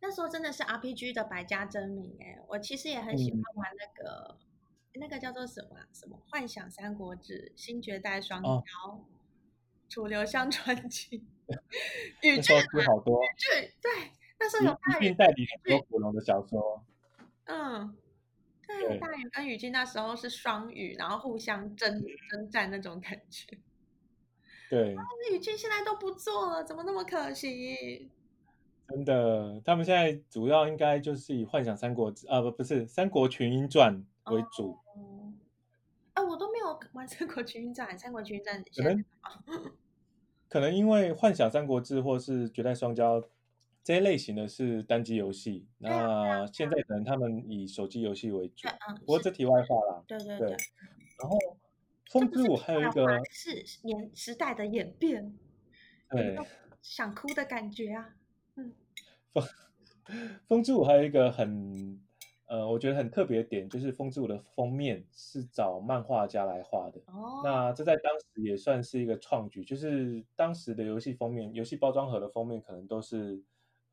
Speaker 2: 那时候真的是 RPG 的百家争鸣哎，我其实也很喜
Speaker 1: 嗯，
Speaker 2: 欢玩那个那个叫做什么啊什么《幻想三国志》《新绝代双骄》
Speaker 1: 哦，
Speaker 2: 《楚留香传
Speaker 1: <laughs>
Speaker 2: 奇》语
Speaker 1: 那
Speaker 2: 句
Speaker 1: 时候出
Speaker 2: 啊
Speaker 1: 好多，
Speaker 2: 语句，对，那时候有
Speaker 1: 一一并
Speaker 2: 大禹
Speaker 1: 代理很
Speaker 2: 跟
Speaker 1: 多
Speaker 2: 语句，
Speaker 1: 古龙的小说。
Speaker 2: 嗯，对，
Speaker 1: 对，
Speaker 2: 大禹跟禹句那时候是双语，然后互相征征战那种感觉。
Speaker 1: 对，
Speaker 2: 那禹句现在都不做了，怎么那么可惜？
Speaker 1: 真的，他们现在主要应该就是以《幻想三国志》啊，不不是《三国群英传》为
Speaker 2: 哦，
Speaker 1: 主，
Speaker 2: 哎，我都没有玩《三国群英战》，《三国群英战》
Speaker 1: 可
Speaker 2: 现在
Speaker 1: 能可能因为《幻想三国志》或是《绝代双骄》这一类型的是单机游戏，
Speaker 2: 对啊，
Speaker 1: 那现在可能他们以手机游戏为
Speaker 2: 对，
Speaker 1: 主。
Speaker 2: 嗯，
Speaker 1: 不过
Speaker 2: 是，
Speaker 1: 这题外话啦，
Speaker 2: 对对
Speaker 1: 对。
Speaker 2: 对，
Speaker 1: 然后
Speaker 2: 这
Speaker 1: 风
Speaker 2: 不
Speaker 1: 之
Speaker 2: 是
Speaker 1: 舞
Speaker 2: 题
Speaker 1: 还有一
Speaker 2: 外话，
Speaker 1: 个，
Speaker 2: 是年时代的演变，有
Speaker 1: 对，
Speaker 2: 种想哭的感觉啊。嗯
Speaker 1: 风风之舞还有一个很呃，我觉得很特别的点，就是风之舞的封面是找漫画家来画的。
Speaker 2: 哦，
Speaker 1: 那这在当时也算是一个创举，就是当时的游戏封面、游戏包装盒的封面可能都是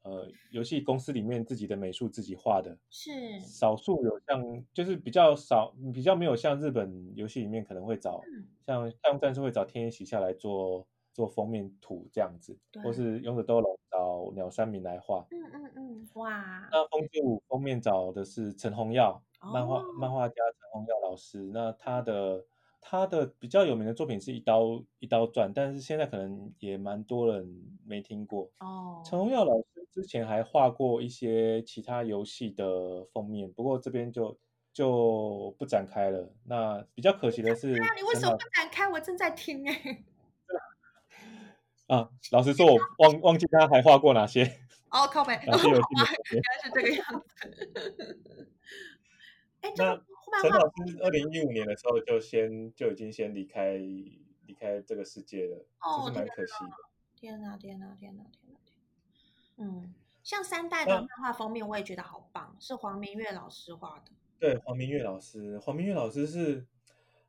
Speaker 1: 呃游戏公司里面自己的美术自己画的，
Speaker 2: 是，
Speaker 1: 少数有像就是比较少，比较没有像日本游戏里面可能会找
Speaker 2: 嗯，
Speaker 1: 像太空战士会找天野喜孝来做做封面图这样子，
Speaker 2: 对，
Speaker 1: 或是勇者斗龙找鸟山明来画。
Speaker 2: 嗯嗯嗯，哇，
Speaker 1: 那风之舞封面找的是陈宏耀，漫画漫
Speaker 2: 哦，
Speaker 1: 画家陈宏耀老师。那他的他的比较有名的作品是一刀一刀传，但是现在可能也蛮多人没听过。陈
Speaker 2: 哦，
Speaker 1: 宏耀老师之前还画过一些其他游戏的封面，不过这边就就不展开了。那比较可惜的是，
Speaker 2: 那啊你为
Speaker 1: 陈
Speaker 2: 什么
Speaker 1: 老
Speaker 2: 不展开？我正在听哎。
Speaker 1: 啊，老实说，我忘忘记他还画过哪些
Speaker 2: 哦，靠背，
Speaker 1: 哪
Speaker 2: 哦，
Speaker 1: 些游戏的
Speaker 2: 好吧，
Speaker 1: 封
Speaker 2: 原
Speaker 1: 面。
Speaker 2: <laughs> 来是这个样子。 <laughs> 哎，这
Speaker 1: 那
Speaker 2: 个漫
Speaker 1: 陈
Speaker 2: 画
Speaker 1: 老师二零一五年的时候就先就已经先离开离开这个世界了，这
Speaker 2: 哦，
Speaker 1: 是
Speaker 2: 天
Speaker 1: 蛮可惜的。
Speaker 2: 天哪，天哪，天哪，天哪，天哪！嗯，像三代的
Speaker 1: 那
Speaker 2: 漫画封面，我也觉得好棒，是黄明月老师画的。
Speaker 1: 对黄明月老师，黄明月老师是，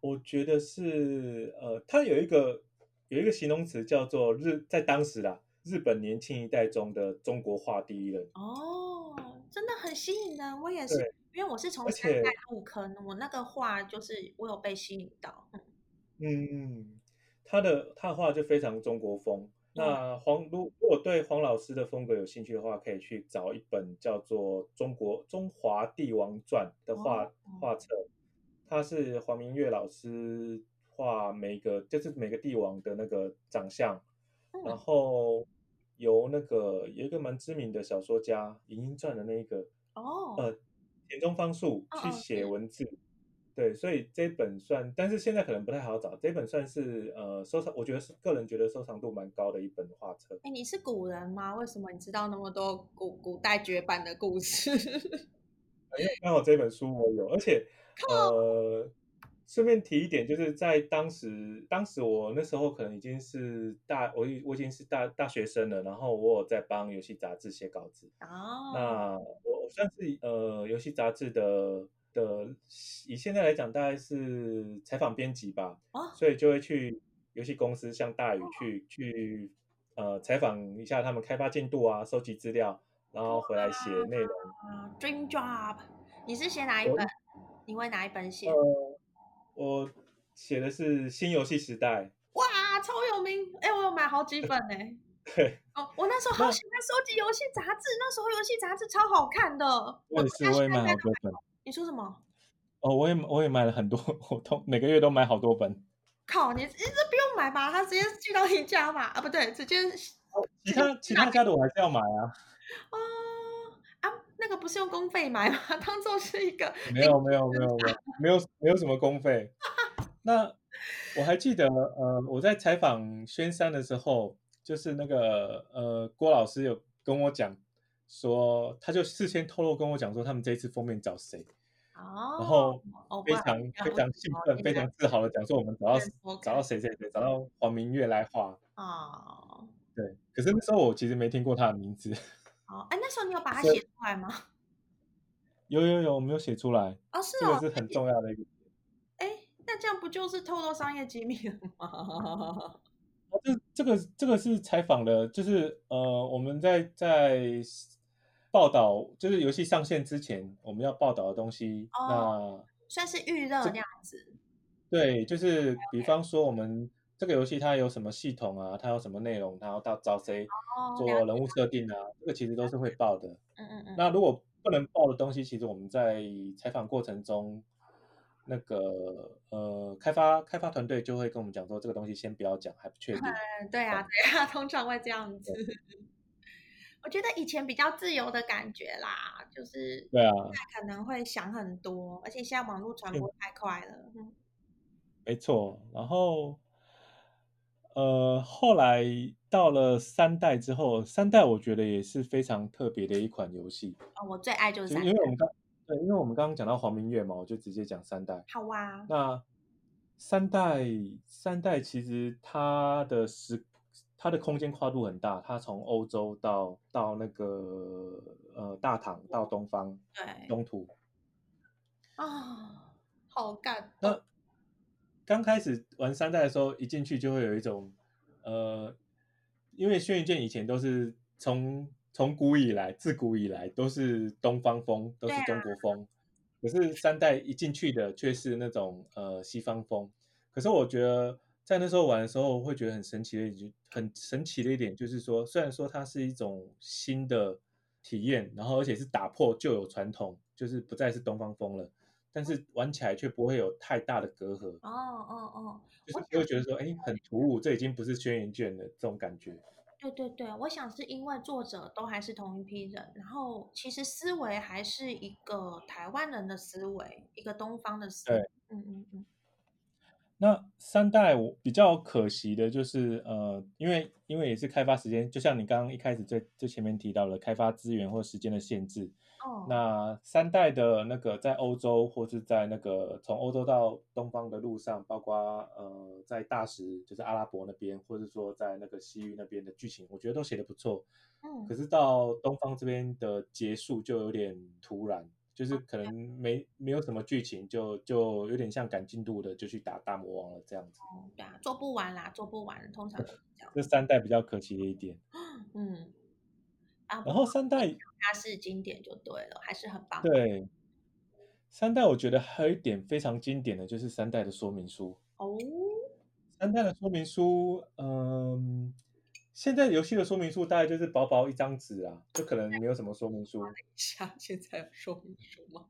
Speaker 1: 我觉得是呃，他有一个有一个形容词叫做日，在当时啦，日本年轻一代中的中国画第一人。
Speaker 2: 哦，真的很吸引人。我也是，
Speaker 1: 对，
Speaker 2: 因为我是从
Speaker 1: 而
Speaker 2: 三代
Speaker 1: 且
Speaker 2: 入坑，我那个画就是我有被吸引到。嗯，
Speaker 1: 嗯，他的他的画就非常中国风。
Speaker 2: 对，
Speaker 1: 那黄如如果对黄老师的风格有兴趣的话，可以去找一本叫做《中国中华帝王传》的
Speaker 2: 哦，
Speaker 1: 画画册，它是黄明月老师画每一个就是每个帝王的那个长相，然
Speaker 2: 嗯，
Speaker 1: 后由那个有一个蛮知名的小说家《银鹰传》的那一个
Speaker 2: 哦，
Speaker 1: 呃田中芳树
Speaker 2: 哦
Speaker 1: 去
Speaker 2: 哦，
Speaker 1: 写
Speaker 2: 是，
Speaker 1: 文字。对，所以这本算，但是现在可能不太好找。这本算是呃收藏，我觉得是个人觉得收藏度蛮高的一本画册。
Speaker 2: 哎，你是古人吗？为什么你知道那么多古古代绝版的故事？ <laughs>
Speaker 1: 因为刚好这本书我有，而且呃，顺便提一点，就是在当时，当时我那时候可能已经是大，我已我已经是大大学生了，然后我有在帮游戏杂志写稿子。
Speaker 2: 哦，
Speaker 1: 那我我算是呃游戏杂志的的，以现在来讲大概是采访编辑吧，
Speaker 2: 哦，
Speaker 1: 所以就会去游戏公司，像大宇去去呃采访一下他们开发进度啊，收集资料，然后回来写内容。
Speaker 2: 啊，dream job，你是写哪一
Speaker 1: 我
Speaker 2: 本？你为哪一本写的？
Speaker 1: 呃，我写的是新游戏时
Speaker 2: 哦
Speaker 1: 代，
Speaker 2: 哇，超有名！哎，我有买好几本呢。
Speaker 1: <laughs> 对，
Speaker 2: 哦，我那时候好
Speaker 1: 那
Speaker 2: 喜欢收集游戏杂志，那时候游戏杂志超好看的，我
Speaker 1: 我也
Speaker 2: 到家
Speaker 1: 是，
Speaker 2: 现
Speaker 1: 我也
Speaker 2: 在
Speaker 1: 买
Speaker 2: 应该
Speaker 1: 好
Speaker 2: 都
Speaker 1: 多
Speaker 2: 还
Speaker 1: 本
Speaker 2: 有。你说什么？
Speaker 1: 哦，我也我也买了很多，我都每个月都买好多本。
Speaker 2: 靠，你这这不用买吧？他直接寄到你家吧？啊，不对，直接
Speaker 1: 哦其
Speaker 2: 直接
Speaker 1: 他
Speaker 2: 寄
Speaker 1: 其
Speaker 2: 到
Speaker 1: 他
Speaker 2: 你
Speaker 1: 家的我还是要买啊，
Speaker 2: 哦啊，那个不是用公费买吗？ <laughs> 当做是一个
Speaker 1: 没
Speaker 2: 定
Speaker 1: 有没有没
Speaker 2: 时
Speaker 1: 有没有没有没有什么公费。那我还记得，呃，我在采访宣山的时候，就是那个呃郭老师有跟我讲说，他就事先透露跟我讲说，他们这一次封面找谁。
Speaker 2: 的
Speaker 1: 然
Speaker 2: 哦
Speaker 1: 后
Speaker 2: 哦，不
Speaker 1: 非
Speaker 2: 然
Speaker 1: 常
Speaker 2: 应该
Speaker 1: 非
Speaker 2: 会
Speaker 1: 常
Speaker 2: 知
Speaker 1: 兴
Speaker 2: 道，
Speaker 1: 奋、
Speaker 2: 应
Speaker 1: 非
Speaker 2: 该
Speaker 1: 常自豪的讲说，我们找到
Speaker 2: 嗯 OK
Speaker 1: 找到谁谁谁，找到黄明月来画。
Speaker 2: 哦
Speaker 1: 对，可是那时候我其实没听过他的名字， <laughs>
Speaker 2: 哦，哎，那时候你有把它
Speaker 1: 所
Speaker 2: 写
Speaker 1: 以
Speaker 2: 出来吗？
Speaker 1: 有有有，我没有写出来，
Speaker 2: 哦，是
Speaker 1: 这个
Speaker 2: 哦，
Speaker 1: 是很重要的一个。
Speaker 2: 哎，那这样不就是透露商业机密了吗？ <laughs>
Speaker 1: 哦这这个这个是采访的，就是呃，我们在在报道，就是游戏上线之前，我们要报道的东西，
Speaker 2: 哦，
Speaker 1: 那
Speaker 2: 算是预热
Speaker 1: 这
Speaker 2: 那样子。
Speaker 1: 对，就是比
Speaker 2: OK，
Speaker 1: 方说我们这个游戏它有什么系统啊，它有什么内容，然后到找谁
Speaker 2: 哦，了
Speaker 1: 做人
Speaker 2: 解，
Speaker 1: 物设定啊，这个其实都是会报的。
Speaker 2: 嗯嗯嗯，
Speaker 1: 那如果不能报的东西，其实我们在采访过程中，那个呃开发开发团队就会跟我们讲说，这个东西先不要讲，还不
Speaker 2: <laughs>
Speaker 1: 确定，
Speaker 2: 嗯对
Speaker 1: 这
Speaker 2: 啊，
Speaker 1: 样。
Speaker 2: 对啊，通常会这样子。
Speaker 1: 呃对
Speaker 2: 我觉得以前比较自由的感觉啦，就是
Speaker 1: 对啊，
Speaker 2: 现在可能会想很多，而且现在网络传
Speaker 1: 嗯
Speaker 2: 播太快了。嗯，
Speaker 1: 没错。然后呃，后来到了三代之后，三代我觉得也是非常特别的一款游戏。
Speaker 2: 哦，我最爱就是
Speaker 1: 就是
Speaker 2: 三
Speaker 1: 因为我
Speaker 2: 代，
Speaker 1: 们刚对，因为我们刚刚讲到黄明月嘛，我就直接讲三代。
Speaker 2: 好啊，
Speaker 1: 那三代三代其实它的时它的空间跨度很大，它从欧洲到到那个呃大唐到东方
Speaker 2: 对
Speaker 1: 东土。
Speaker 2: 啊，好感动。
Speaker 1: 那刚开始玩三代的时候，一进去就会有一种呃，因为轩辕剑以前都是从从古以来，自古以来都是东方风，都是中国风。可是三代一进去的却是那种呃西方风。可是我觉得在那时候玩的时候，会觉得很神奇的一句，很神奇的一点就是说，虽然说它是一种新的体验，然后而且是打破旧有传统，就是不再是东方风了，但是玩起来却不会有太大的隔阂，
Speaker 2: 哦哦哦，
Speaker 1: 就是你会觉得说，哎，很突兀，这已经不是轩辕卷的这种感觉。
Speaker 2: 对对对，我想是因为作者都还是同一批人，然后其实思维还是一个台湾人的思维，一个东方的思维。嗯嗯嗯，
Speaker 1: 那三代我比较可惜的就是，呃，因为因为也是开发时间，就像你刚刚一开始最最前面提到了开发资源或时间的限制。
Speaker 2: 哦，
Speaker 1: 那三代的那个在欧洲或是在那个从欧洲到东方的路上，包括呃在大石就是阿拉伯那边，或者说在那个西域那边的剧情，我觉得都写的不错。
Speaker 2: 嗯
Speaker 1: 可，是到东方这边的结束就有点突然，
Speaker 2: 哦
Speaker 1: 就是可能没没有什么剧情，就就有点像赶进度的，就去打大魔王了这样子。
Speaker 2: 哦对啊，做不完啦，做不完，通常都是这样。
Speaker 1: 这三代比较可惜的一点。
Speaker 2: 嗯，啊，不
Speaker 1: 然后
Speaker 2: 过
Speaker 1: 三代
Speaker 2: 它是经典就对了，还是很棒。
Speaker 1: 对三代，我觉得还有一点非常经典的就是三代的说明书。
Speaker 2: 哦， <laughs>
Speaker 1: 三代的说明书，嗯，现在游戏的说明书大概就是薄薄一张纸啊，就可能没有什么说明书。
Speaker 2: 哦下现在有说明书吗？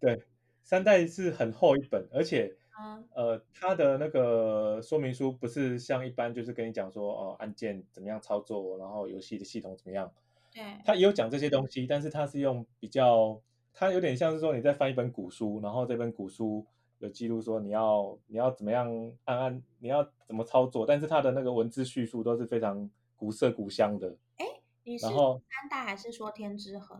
Speaker 1: 对，三代是很厚一本，而且
Speaker 2: 啊，
Speaker 1: 呃，它的那个说明书不是像一般就是跟你讲说哦，按键怎么样操作，然后游戏的系统怎么样，
Speaker 2: 对，
Speaker 1: 它也有讲这些东西，但是它是用比较，它有点像是说你在翻一本古书，然后这本古书有记录说你要你要怎么样按按你要怎么操作，但是它的那个文字叙述都是非常古色古香的。
Speaker 2: 你是
Speaker 1: 然后
Speaker 2: 三代还是说天之痕？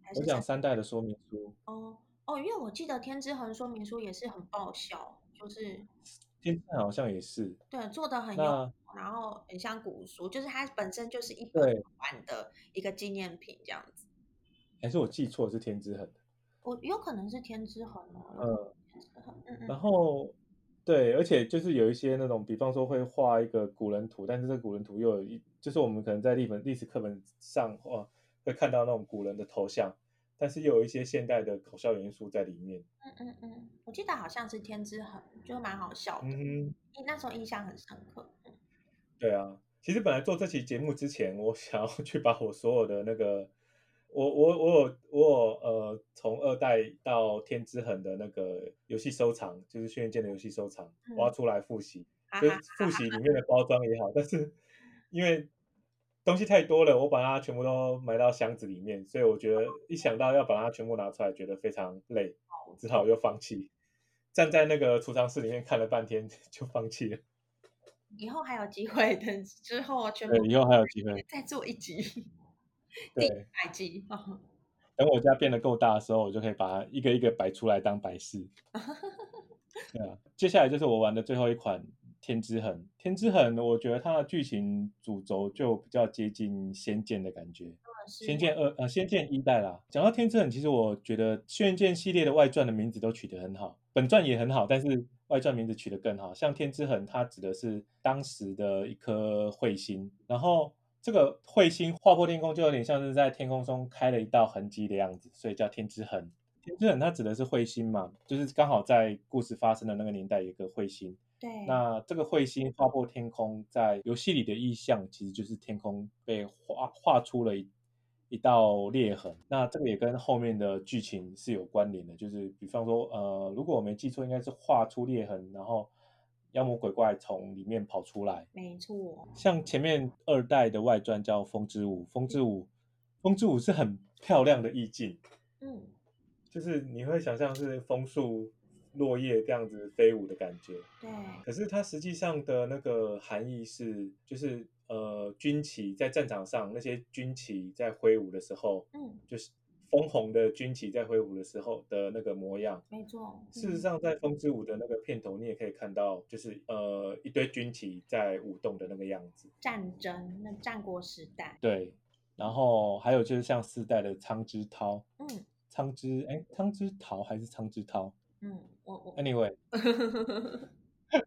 Speaker 2: 还
Speaker 1: 我
Speaker 2: 是
Speaker 1: 讲
Speaker 2: 三
Speaker 1: 三代的说明书，
Speaker 2: 哦哦，因为我记得天之痕说明书也是很爆笑，就是
Speaker 1: 天上好像也是
Speaker 2: 对做的很用
Speaker 1: 那。
Speaker 2: 功，然后很像古书，就是它本身就是一本
Speaker 1: 对，
Speaker 2: 完的一个纪念品这样子。
Speaker 1: 还是我记错是天之痕。
Speaker 2: 我有可能是天之痕哦，
Speaker 1: 嗯，
Speaker 2: 有可能是天之痕，嗯
Speaker 1: 然
Speaker 2: 嗯，
Speaker 1: 后对，而且就是有一些那种，比方说会画一个古人图，但是这古人图又有一，就是我们可能在历本历史课本上哦会看到那种古人的头像，但是又有一些现代的搞笑元素在里面。
Speaker 2: 嗯嗯嗯，我记得好像是天之痕，就蛮好笑的，
Speaker 1: 嗯哼，
Speaker 2: 因那时候印象很深刻。嗯
Speaker 1: 对啊，其实本来做这期节目之前，我想要去把我所有的那个。我我我有我有呃，从二代到天之痕的那个游戏收藏，就是轩辕剑的游戏收藏，挖
Speaker 2: 嗯，
Speaker 1: 出来复习，
Speaker 2: 哈
Speaker 1: 就是
Speaker 2: 哈， <laughs>
Speaker 1: 复习里面的包装也好，但是因为东西太多了，我把它全部都埋到箱子里面，所以我觉得一想到要把它全部拿出来，觉得非常累，
Speaker 2: 好
Speaker 1: 只好又放弃。站在那个储藏室里面看了半天，就放弃了。
Speaker 2: 以后还有机会，等之后全
Speaker 1: 对，
Speaker 2: 部
Speaker 1: 以后还有机会。
Speaker 2: 再做一集，第一
Speaker 1: 对，
Speaker 2: 百集哦。
Speaker 1: 嗯等我家变得够大的时候，我就可以把它一个一个摆出来当摆
Speaker 2: <laughs>
Speaker 1: 饰。对啊，接下来就是我玩的最后一款《天之痕》。《天之痕》，我觉得它的剧情主轴就比较接近《仙剑》的感觉，
Speaker 2: 是
Speaker 1: 仙剑二》呃，《仙剑一代》啦。讲到《天之痕》，其实我觉得《轩辕剑》系列的外传的名字都取得很好，本传也很好，但是外传名字取得更好。像《天之痕》，它指的是当时的一颗彗星，然后这个彗星划破天空，就有点像是在天空中开了一道痕迹的样子，所以叫天之痕。天之痕它指的是彗星嘛，就是刚好在故事发生的那个年代有一个彗星。
Speaker 2: 对，
Speaker 1: 那这个彗星划破天空，在游戏里的意象其实就是天空被画画出了一一道裂痕。那这个也跟后面的剧情是有关联的，就是比方说，呃，如果我没记错，应该是画出裂痕，然后妖魔鬼怪从里面跑出来。
Speaker 2: 没错，
Speaker 1: 像前面二代的外传叫《风之舞》，《风之舞》，《风之舞》是很漂亮的意境，
Speaker 2: 嗯，
Speaker 1: 就是你会想象是枫树、落叶这样子飞舞的感觉。
Speaker 2: 对，
Speaker 1: 可是它实际上的那个含义是，就是呃，军旗在战场上那些军旗在挥舞的时候，
Speaker 2: 嗯，
Speaker 1: 就是枫红的军旗在挥舞的时候的那个模样。
Speaker 2: 没错，
Speaker 1: 事实
Speaker 2: 嗯，
Speaker 1: 上，在《风之舞》的那个片头，你也可以看到，就是呃一堆军旗在舞动的那个样子。
Speaker 2: 战争，那战国时代，
Speaker 1: 对，然后还有就是像四代的苍之涛，
Speaker 2: 嗯
Speaker 1: 苍之哎，苍之桃还是苍之涛
Speaker 2: 嗯，我 <laughs> 我
Speaker 1: ？Anyway，
Speaker 2: 我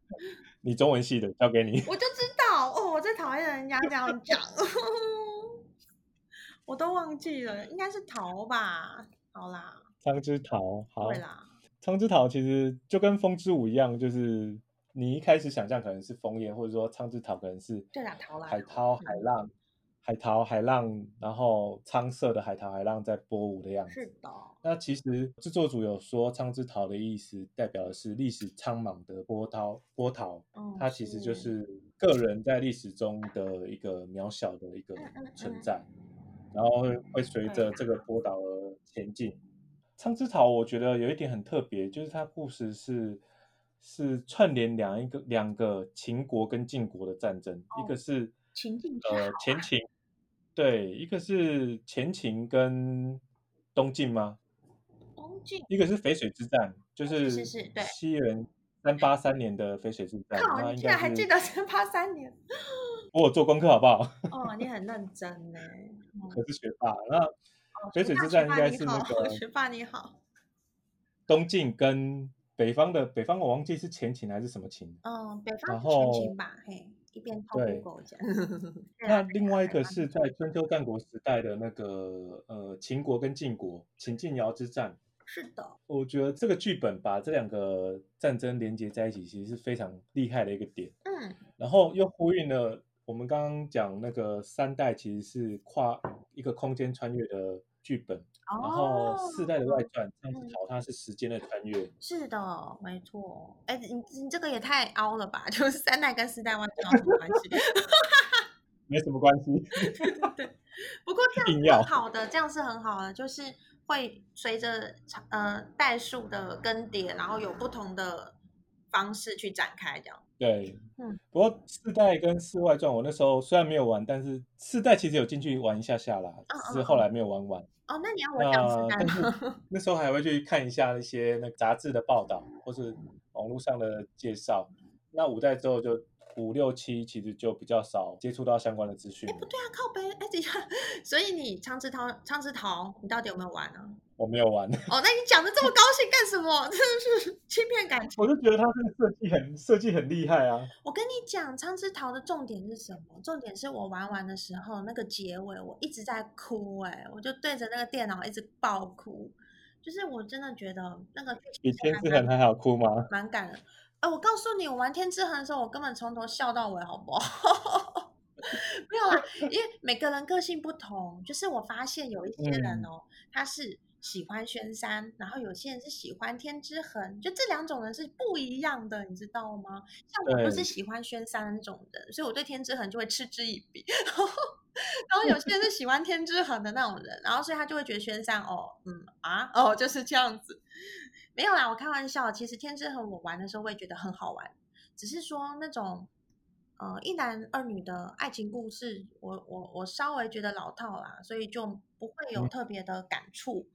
Speaker 1: 你中文系的交给你。
Speaker 2: 就知道哦，我最讨厌人家这样讲， <laughs> 我都忘记了，应该是桃吧？好啦，
Speaker 1: 苍之桃，好
Speaker 2: 对，啦，
Speaker 1: 苍之桃其实就跟风之舞一样，就是你一开始想象可能是枫叶，或者说苍之桃可能是
Speaker 2: 对嗯啦，桃啦，
Speaker 1: 海涛、海浪、海涛、海浪，然后苍色的海涛、海浪在波舞的样子。
Speaker 2: 是的，
Speaker 1: 那其实制作组有说，苍之桃的意思代表的是历史苍茫的波涛波涛，
Speaker 2: 嗯，
Speaker 1: 它其实就是个人在历史中的一个渺小的一个
Speaker 2: 嗯嗯
Speaker 1: 存
Speaker 2: 嗯
Speaker 1: 在，然后会会随着这个波导而前进。苍之草，我觉得有一点很特别，就是它故事是是串联两一个两个秦国跟晋国的战争，
Speaker 2: 哦
Speaker 1: 一个是
Speaker 2: 秦晋之
Speaker 1: 呃前秦，对，一个是前秦跟东晋吗？
Speaker 2: 东晋
Speaker 1: 一个是淝水之战，就是
Speaker 2: 哦是是对
Speaker 1: 西元三八三年的淝水之战，
Speaker 2: 靠，
Speaker 1: 哦那
Speaker 2: 你
Speaker 1: 应
Speaker 2: 竟然
Speaker 1: 该
Speaker 2: 还记
Speaker 1: 是
Speaker 2: 得是八
Speaker 1: <laughs>
Speaker 2: 三年
Speaker 1: 我有做功课好不
Speaker 2: <laughs>
Speaker 1: 好？
Speaker 2: 哦，你很认真呢。嗯
Speaker 1: 我是学霸。那
Speaker 2: 哦
Speaker 1: 淝
Speaker 2: 学
Speaker 1: 水
Speaker 2: 霸
Speaker 1: 之
Speaker 2: 学
Speaker 1: 战应
Speaker 2: 霸
Speaker 1: 该
Speaker 2: 你
Speaker 1: 是那
Speaker 2: 好
Speaker 1: 个
Speaker 2: <laughs> 学霸你好，
Speaker 1: 东晋跟北方的北方，我忘记是前秦还是什么秦。
Speaker 2: 嗯，北
Speaker 1: 然
Speaker 2: 方是前
Speaker 1: 后
Speaker 2: 秦吧？嘿，一边偷
Speaker 1: 对
Speaker 2: Google 讲。 <laughs> 对
Speaker 1: 那
Speaker 2: 啦
Speaker 1: 另外一
Speaker 2: 北
Speaker 1: 个
Speaker 2: 方
Speaker 1: 是在春秋战国时代的那个呃秦国跟晋国秦晋姚之战，
Speaker 2: 是的，
Speaker 1: 我觉得这个剧本把这两个战争连接在一起，其实是非常厉害的一个点。
Speaker 2: 嗯，
Speaker 1: 然后又呼应了我们刚刚讲那个三代其实是跨一个空间穿越的剧本，然后
Speaker 2: 哦，
Speaker 1: 四代的外传《这样
Speaker 2: 嗯
Speaker 1: 子逃它是时间的穿越，
Speaker 2: 是的，没错。哎，你你这个也太凹了吧？ <laughs> 就是三代跟四代完全有什么关系？
Speaker 1: 没什么关系。
Speaker 2: 不过这
Speaker 1: 硬
Speaker 2: 样
Speaker 1: 要
Speaker 2: 是很好的，这样是很好的，就是会随着长呃代数的更迭，然后有不同的方式去展开这样。
Speaker 1: 对，
Speaker 2: 嗯
Speaker 1: 不过四代跟四外传，我那时候虽然没有玩，但是四代其实有进去玩一下下啦，只是后来没有玩完。
Speaker 2: 哦，那你嗯要我讲
Speaker 1: 那
Speaker 2: 四
Speaker 1: 呃
Speaker 2: 代
Speaker 1: 但是
Speaker 2: <laughs> 吗？
Speaker 1: 那时候还会去看一下一些那个杂志的报道，或是网络上的介绍。那五代之后就五六七，其实就比较少接触到相关的资讯
Speaker 2: 哎，
Speaker 1: 了。
Speaker 2: 不对啊，靠背，哎，等一下，所以你苍之桃，苍之桃，你到底有没有玩啊？
Speaker 1: 我没有玩， <laughs>
Speaker 2: 哦，那你讲的这么高兴干什么？ <laughs> 真的是欺骗感情。
Speaker 1: 我就觉得它这个设计很设计很厉
Speaker 2: <laughs>
Speaker 1: 害啊。
Speaker 2: 我跟你讲，《苍之桃》的重点是什么？重点是我玩完的时候，那个结尾我一直在哭、欸，我就对着那个电脑一直爆哭，就是我真的觉得那个剧
Speaker 1: 比
Speaker 2: 情
Speaker 1: 天
Speaker 2: 还
Speaker 1: 之痕还好哭吗？
Speaker 2: 蛮感人。哎、我告诉你，我玩天之痕的时候，我根本从头笑到尾，好不好？ <laughs> 没有啦，啊因为每个人个性不同，就是我发现有一些人
Speaker 1: 嗯
Speaker 2: 哦，他是喜欢宣山，然后有些人是喜欢天之痕，就这两种人是不一样的，你知道吗？像我不是
Speaker 1: 对
Speaker 2: 喜欢宣山那种人，所以我对天之痕就会嗤之以鼻。 <laughs> 然后，然后有些人是喜欢天之痕的那种人，然后所以他就会觉得宣山哦，嗯啊，哦就是这样子。没有啦，我开玩笑。其实天之痕我玩的时候，我也觉得很好玩，只是说那种呃一男二女的爱情故事，我我我稍微觉得老套啦，所以就不会有
Speaker 1: 嗯
Speaker 2: 特别的感触。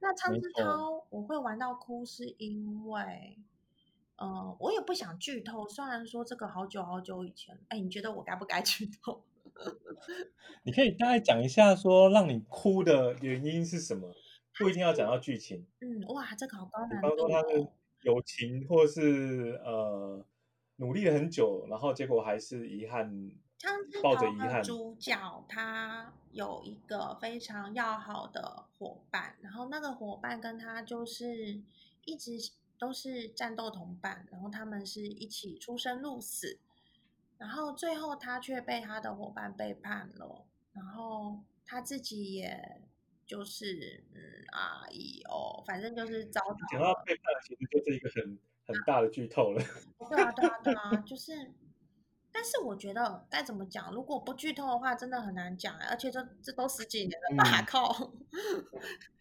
Speaker 2: 那苍
Speaker 1: 没
Speaker 2: 之
Speaker 1: 错
Speaker 2: 涛我会玩到哭，是因为呃我也不想剧透，虽然说这个好久好久以前，哎，你觉得我该不该剧透？ <laughs>
Speaker 1: 你可以大概讲一下说让你哭的原因是什么，不一定要讲到剧情，
Speaker 2: 嗯，哇，这个好高
Speaker 1: 比
Speaker 2: 难
Speaker 1: 方
Speaker 2: 度
Speaker 1: 说他
Speaker 2: 哦
Speaker 1: 是。友情，或是呃努力了很久，然后结果还是遗憾，
Speaker 2: 苍之
Speaker 1: 抱着
Speaker 2: 桃
Speaker 1: 遗
Speaker 2: 的
Speaker 1: 憾
Speaker 2: 主角他有一个非常要好的伙伴，然后那个伙伴跟他就是一直都是战斗同伴，然后他们是一起出生入死，然后最后他却被他的伙伴背叛了，然后他自己也就是嗯啊咦哦，反正就是遭到
Speaker 1: 讲到背叛，其实就是一个很很大的剧
Speaker 2: <laughs>
Speaker 1: 透了。
Speaker 2: 对啊，对啊，对啊，就是，但是我觉得该怎么讲，如果不剧透的话，真的很难讲、欸，而且这这都十几年了吧，
Speaker 1: 嗯
Speaker 2: <laughs> 靠！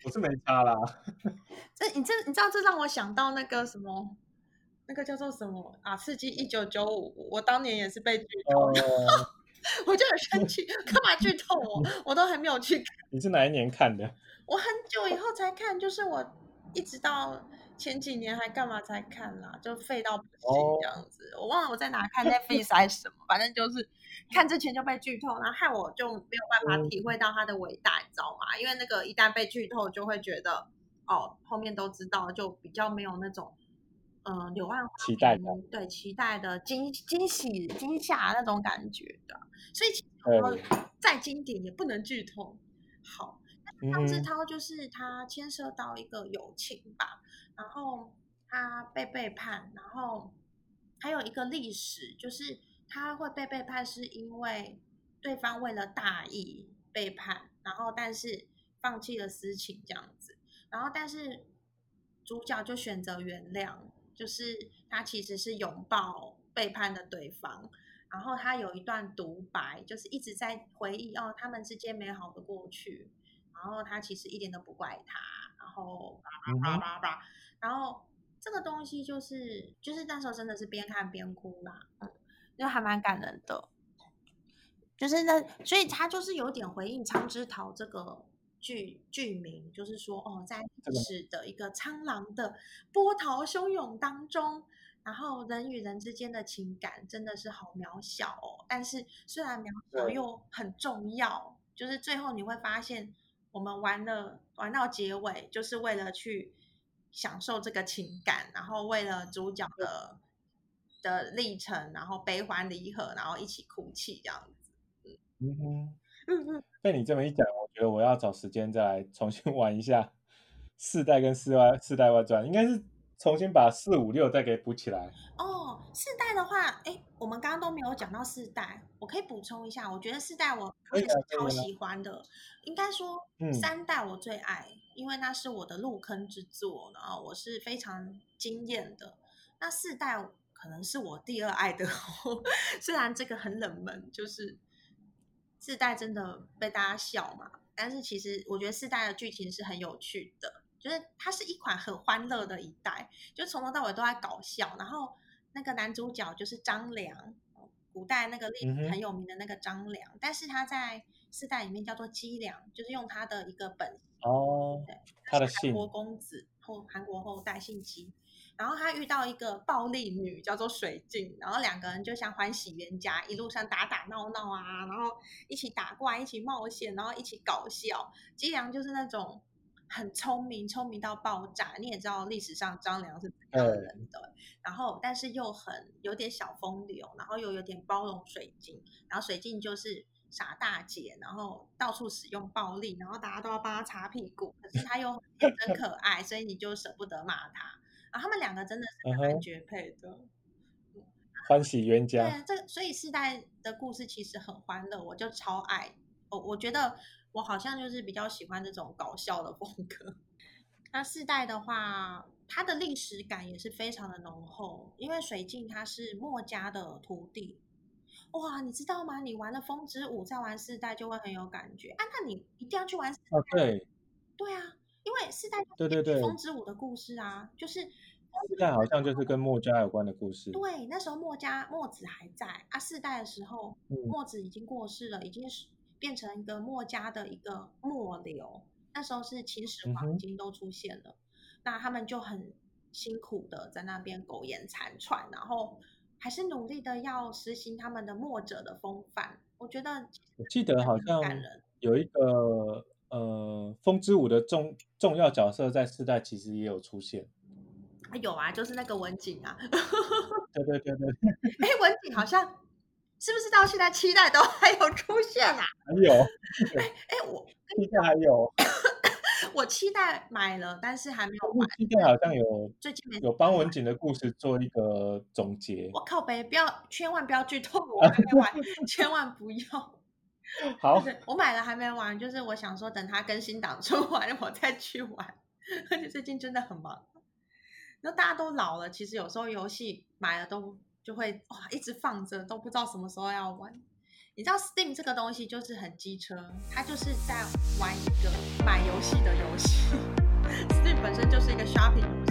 Speaker 1: 我是没差
Speaker 2: <laughs>
Speaker 1: 啦，
Speaker 2: 这你这你知道这让我想到那个什么，那个叫做什么啊？刺激一九九五，我当年也是被剧透，
Speaker 1: 哦，
Speaker 2: 我就很生气， <laughs> 干嘛剧透我？我都还没有去看，
Speaker 1: 你是哪一年看的？
Speaker 2: 我很久以后才看，就是我一直到。前几年还干嘛才看啦，就废到不行
Speaker 1: 哦
Speaker 2: 这样子。我忘了我在哪看 Netflix 还是什么，反正就是看之前就被剧透，然后害我就没有办法
Speaker 1: 嗯
Speaker 2: 体会到它的伟大，你知道吗？因为那个一旦被剧透，就会觉得哦，后面都知道，就比较没有那种嗯、呃柳暗花
Speaker 1: 期待
Speaker 2: 明对期待的惊惊喜惊吓那种感觉的。所以其实
Speaker 1: 对
Speaker 2: 我再经典也不能剧透。
Speaker 1: 嗯
Speaker 2: 好。张志
Speaker 1: 哼，
Speaker 2: 涛就是他牵涉到一个友情吧，然后他被背叛，然后还有一个历史，就是他会被背叛是因为对方为了大义背叛，然后但是放弃了私情这样子，然后但是主角就选择原谅，就是他其实是拥抱背叛的对方，然后他有一段独白，就是一直在回忆哦他们之间美好的过去，然后他其实一点都不怪他，然后
Speaker 1: 嗯
Speaker 2: 叭叭
Speaker 1: 哼，
Speaker 2: 叭叭叭，然后这个东西就是就是那时候真的是边看边哭啦，嗯，就还蛮感人的，哦就是那所以他就是有点回应苍之桃这个。剧剧名就是说，哦，在历
Speaker 1: <laughs> 这个
Speaker 2: 史的一个苍狼的波涛汹涌当中，然后人与人之间的情感真的是好渺小哦，但是虽然渺小
Speaker 1: 对，
Speaker 2: 又很重要，就是最后你会发现，我们玩了玩到结尾，就是为了去享受这个情感，然后为了主角的的历程，然后悲欢离合，然后一起哭泣这样子。
Speaker 1: 嗯哼。
Speaker 2: 嗯嗯，
Speaker 1: 被你这么一讲，我觉得我要找时间再来重新 <laughs> 玩一下四代跟四外四代外传，应该是重新把四五六再给补起来。
Speaker 2: 哦，世代的话，哎，我们刚刚都没有讲到世代，我可以补充一下，我觉得世代我我
Speaker 1: 可以
Speaker 2: 也是
Speaker 1: 啊，可
Speaker 2: 超
Speaker 1: 以啊，
Speaker 2: 喜欢的，应该说
Speaker 1: 嗯
Speaker 2: 三代我最爱，因为那是我的入坑之作，然后我是非常惊艳的。那四代可能是我第二爱的哦， <laughs> 虽然这个很冷门，就是四代真的被大家笑嘛，但是其实我觉得四代的剧情是很有趣的，就是它是一款很欢乐的一代。就从头到尾都在搞笑。然后那个男主角就是张良，古代那个历
Speaker 1: 嗯
Speaker 2: 史很
Speaker 1: 哼，
Speaker 2: 有名的那个张良，但是他在四代里面叫做姬良，就是用他的一个本姓，
Speaker 1: 哦，
Speaker 2: 对，他
Speaker 1: 他
Speaker 2: 是
Speaker 1: 的
Speaker 2: 韩国
Speaker 1: 姓，
Speaker 2: 公子后韩国后代姓姬。然后他遇到一个暴力女，叫做水镜，然后两个人就像欢喜冤家，一路上打打闹闹啊，然后一起打怪，一起冒险，然后一起搞笑。姬良就是那种很聪明，聪明到爆炸。你也知道历史上张良是怎样的
Speaker 1: 对，
Speaker 2: 人的，然后但是又很有点小风流，然后又有点包容水镜，然后水镜就是傻大姐，然后到处使用暴力，然后大家都要帮她擦屁股，可是她又很天真可爱，所以你就舍不得骂她。然后他们两个真的是
Speaker 1: 嗯
Speaker 2: 还蛮
Speaker 1: 哼，
Speaker 2: 绝配的。
Speaker 1: 欢喜冤
Speaker 2: 对，啊
Speaker 1: 家，
Speaker 2: 这所以世代的故事其实很欢乐，我就超爱。我我觉得我好像就是比较喜欢这种搞笑的风格。 <laughs> 那世代的话，它的历史感也是非常的浓厚，因为水镜他是墨家的徒弟。哇，你知道吗？你玩了风之舞，再玩世代就会很有感觉啊！那你一定要去玩世
Speaker 1: 哦，
Speaker 2: 代，
Speaker 1: 对，
Speaker 2: 对啊，因为世代就是
Speaker 1: 对
Speaker 2: 根
Speaker 1: 对
Speaker 2: 据风
Speaker 1: 对，
Speaker 2: 之舞的故事啊，就是风
Speaker 1: 四
Speaker 2: 之
Speaker 1: 代好
Speaker 2: 舞
Speaker 1: 像就是跟墨家有关的故事，
Speaker 2: 对，那时候墨家墨子还在啊，四代的时候，
Speaker 1: 嗯，
Speaker 2: 墨子已经过世了，已经是变成一个墨家的一个末流。那时候是秦始
Speaker 1: 嗯
Speaker 2: 皇已
Speaker 1: 哼，
Speaker 2: 经都出现了，那他们就很辛苦的在那边苟延残喘，然后还是努力的要实行他们的墨者的风范。我觉得其
Speaker 1: 我
Speaker 2: 实
Speaker 1: 记得好
Speaker 2: 很感
Speaker 1: 像
Speaker 2: 人。
Speaker 1: 有一个呃，风之舞的重重要角色在四代其实也有出现，
Speaker 2: 啊 <laughs> 有啊，就是那个文景啊， <laughs>
Speaker 1: 对对对对，
Speaker 2: 哎，文景好像是不是到现在七代都还有出现啊？
Speaker 1: 还有，对，
Speaker 2: 哎，我
Speaker 1: 七代还有。
Speaker 2: 我期待买了，但是还没有
Speaker 1: 但
Speaker 2: 玩。
Speaker 1: 是七代好像有
Speaker 2: 最近没时
Speaker 1: 嗯有
Speaker 2: 间
Speaker 1: 帮文
Speaker 2: 玩。
Speaker 1: 景的故事做一个总结
Speaker 2: 我靠北，不要，千万不要剧透我，我
Speaker 1: 啊，
Speaker 2: 还没玩，千万不要。对
Speaker 1: 好，
Speaker 2: 对，我买了还没玩，就是我想说等它更新档出完我再去玩， <laughs> 而且最近真的很忙。那大家都老了，其实有时候游戏买了都就会哇一直放着，都不知道什么时候要玩。你知道 Steam 这个东西就是很机车，它就是在玩一个买游戏的游戏。Steam 本身就是一个 shopping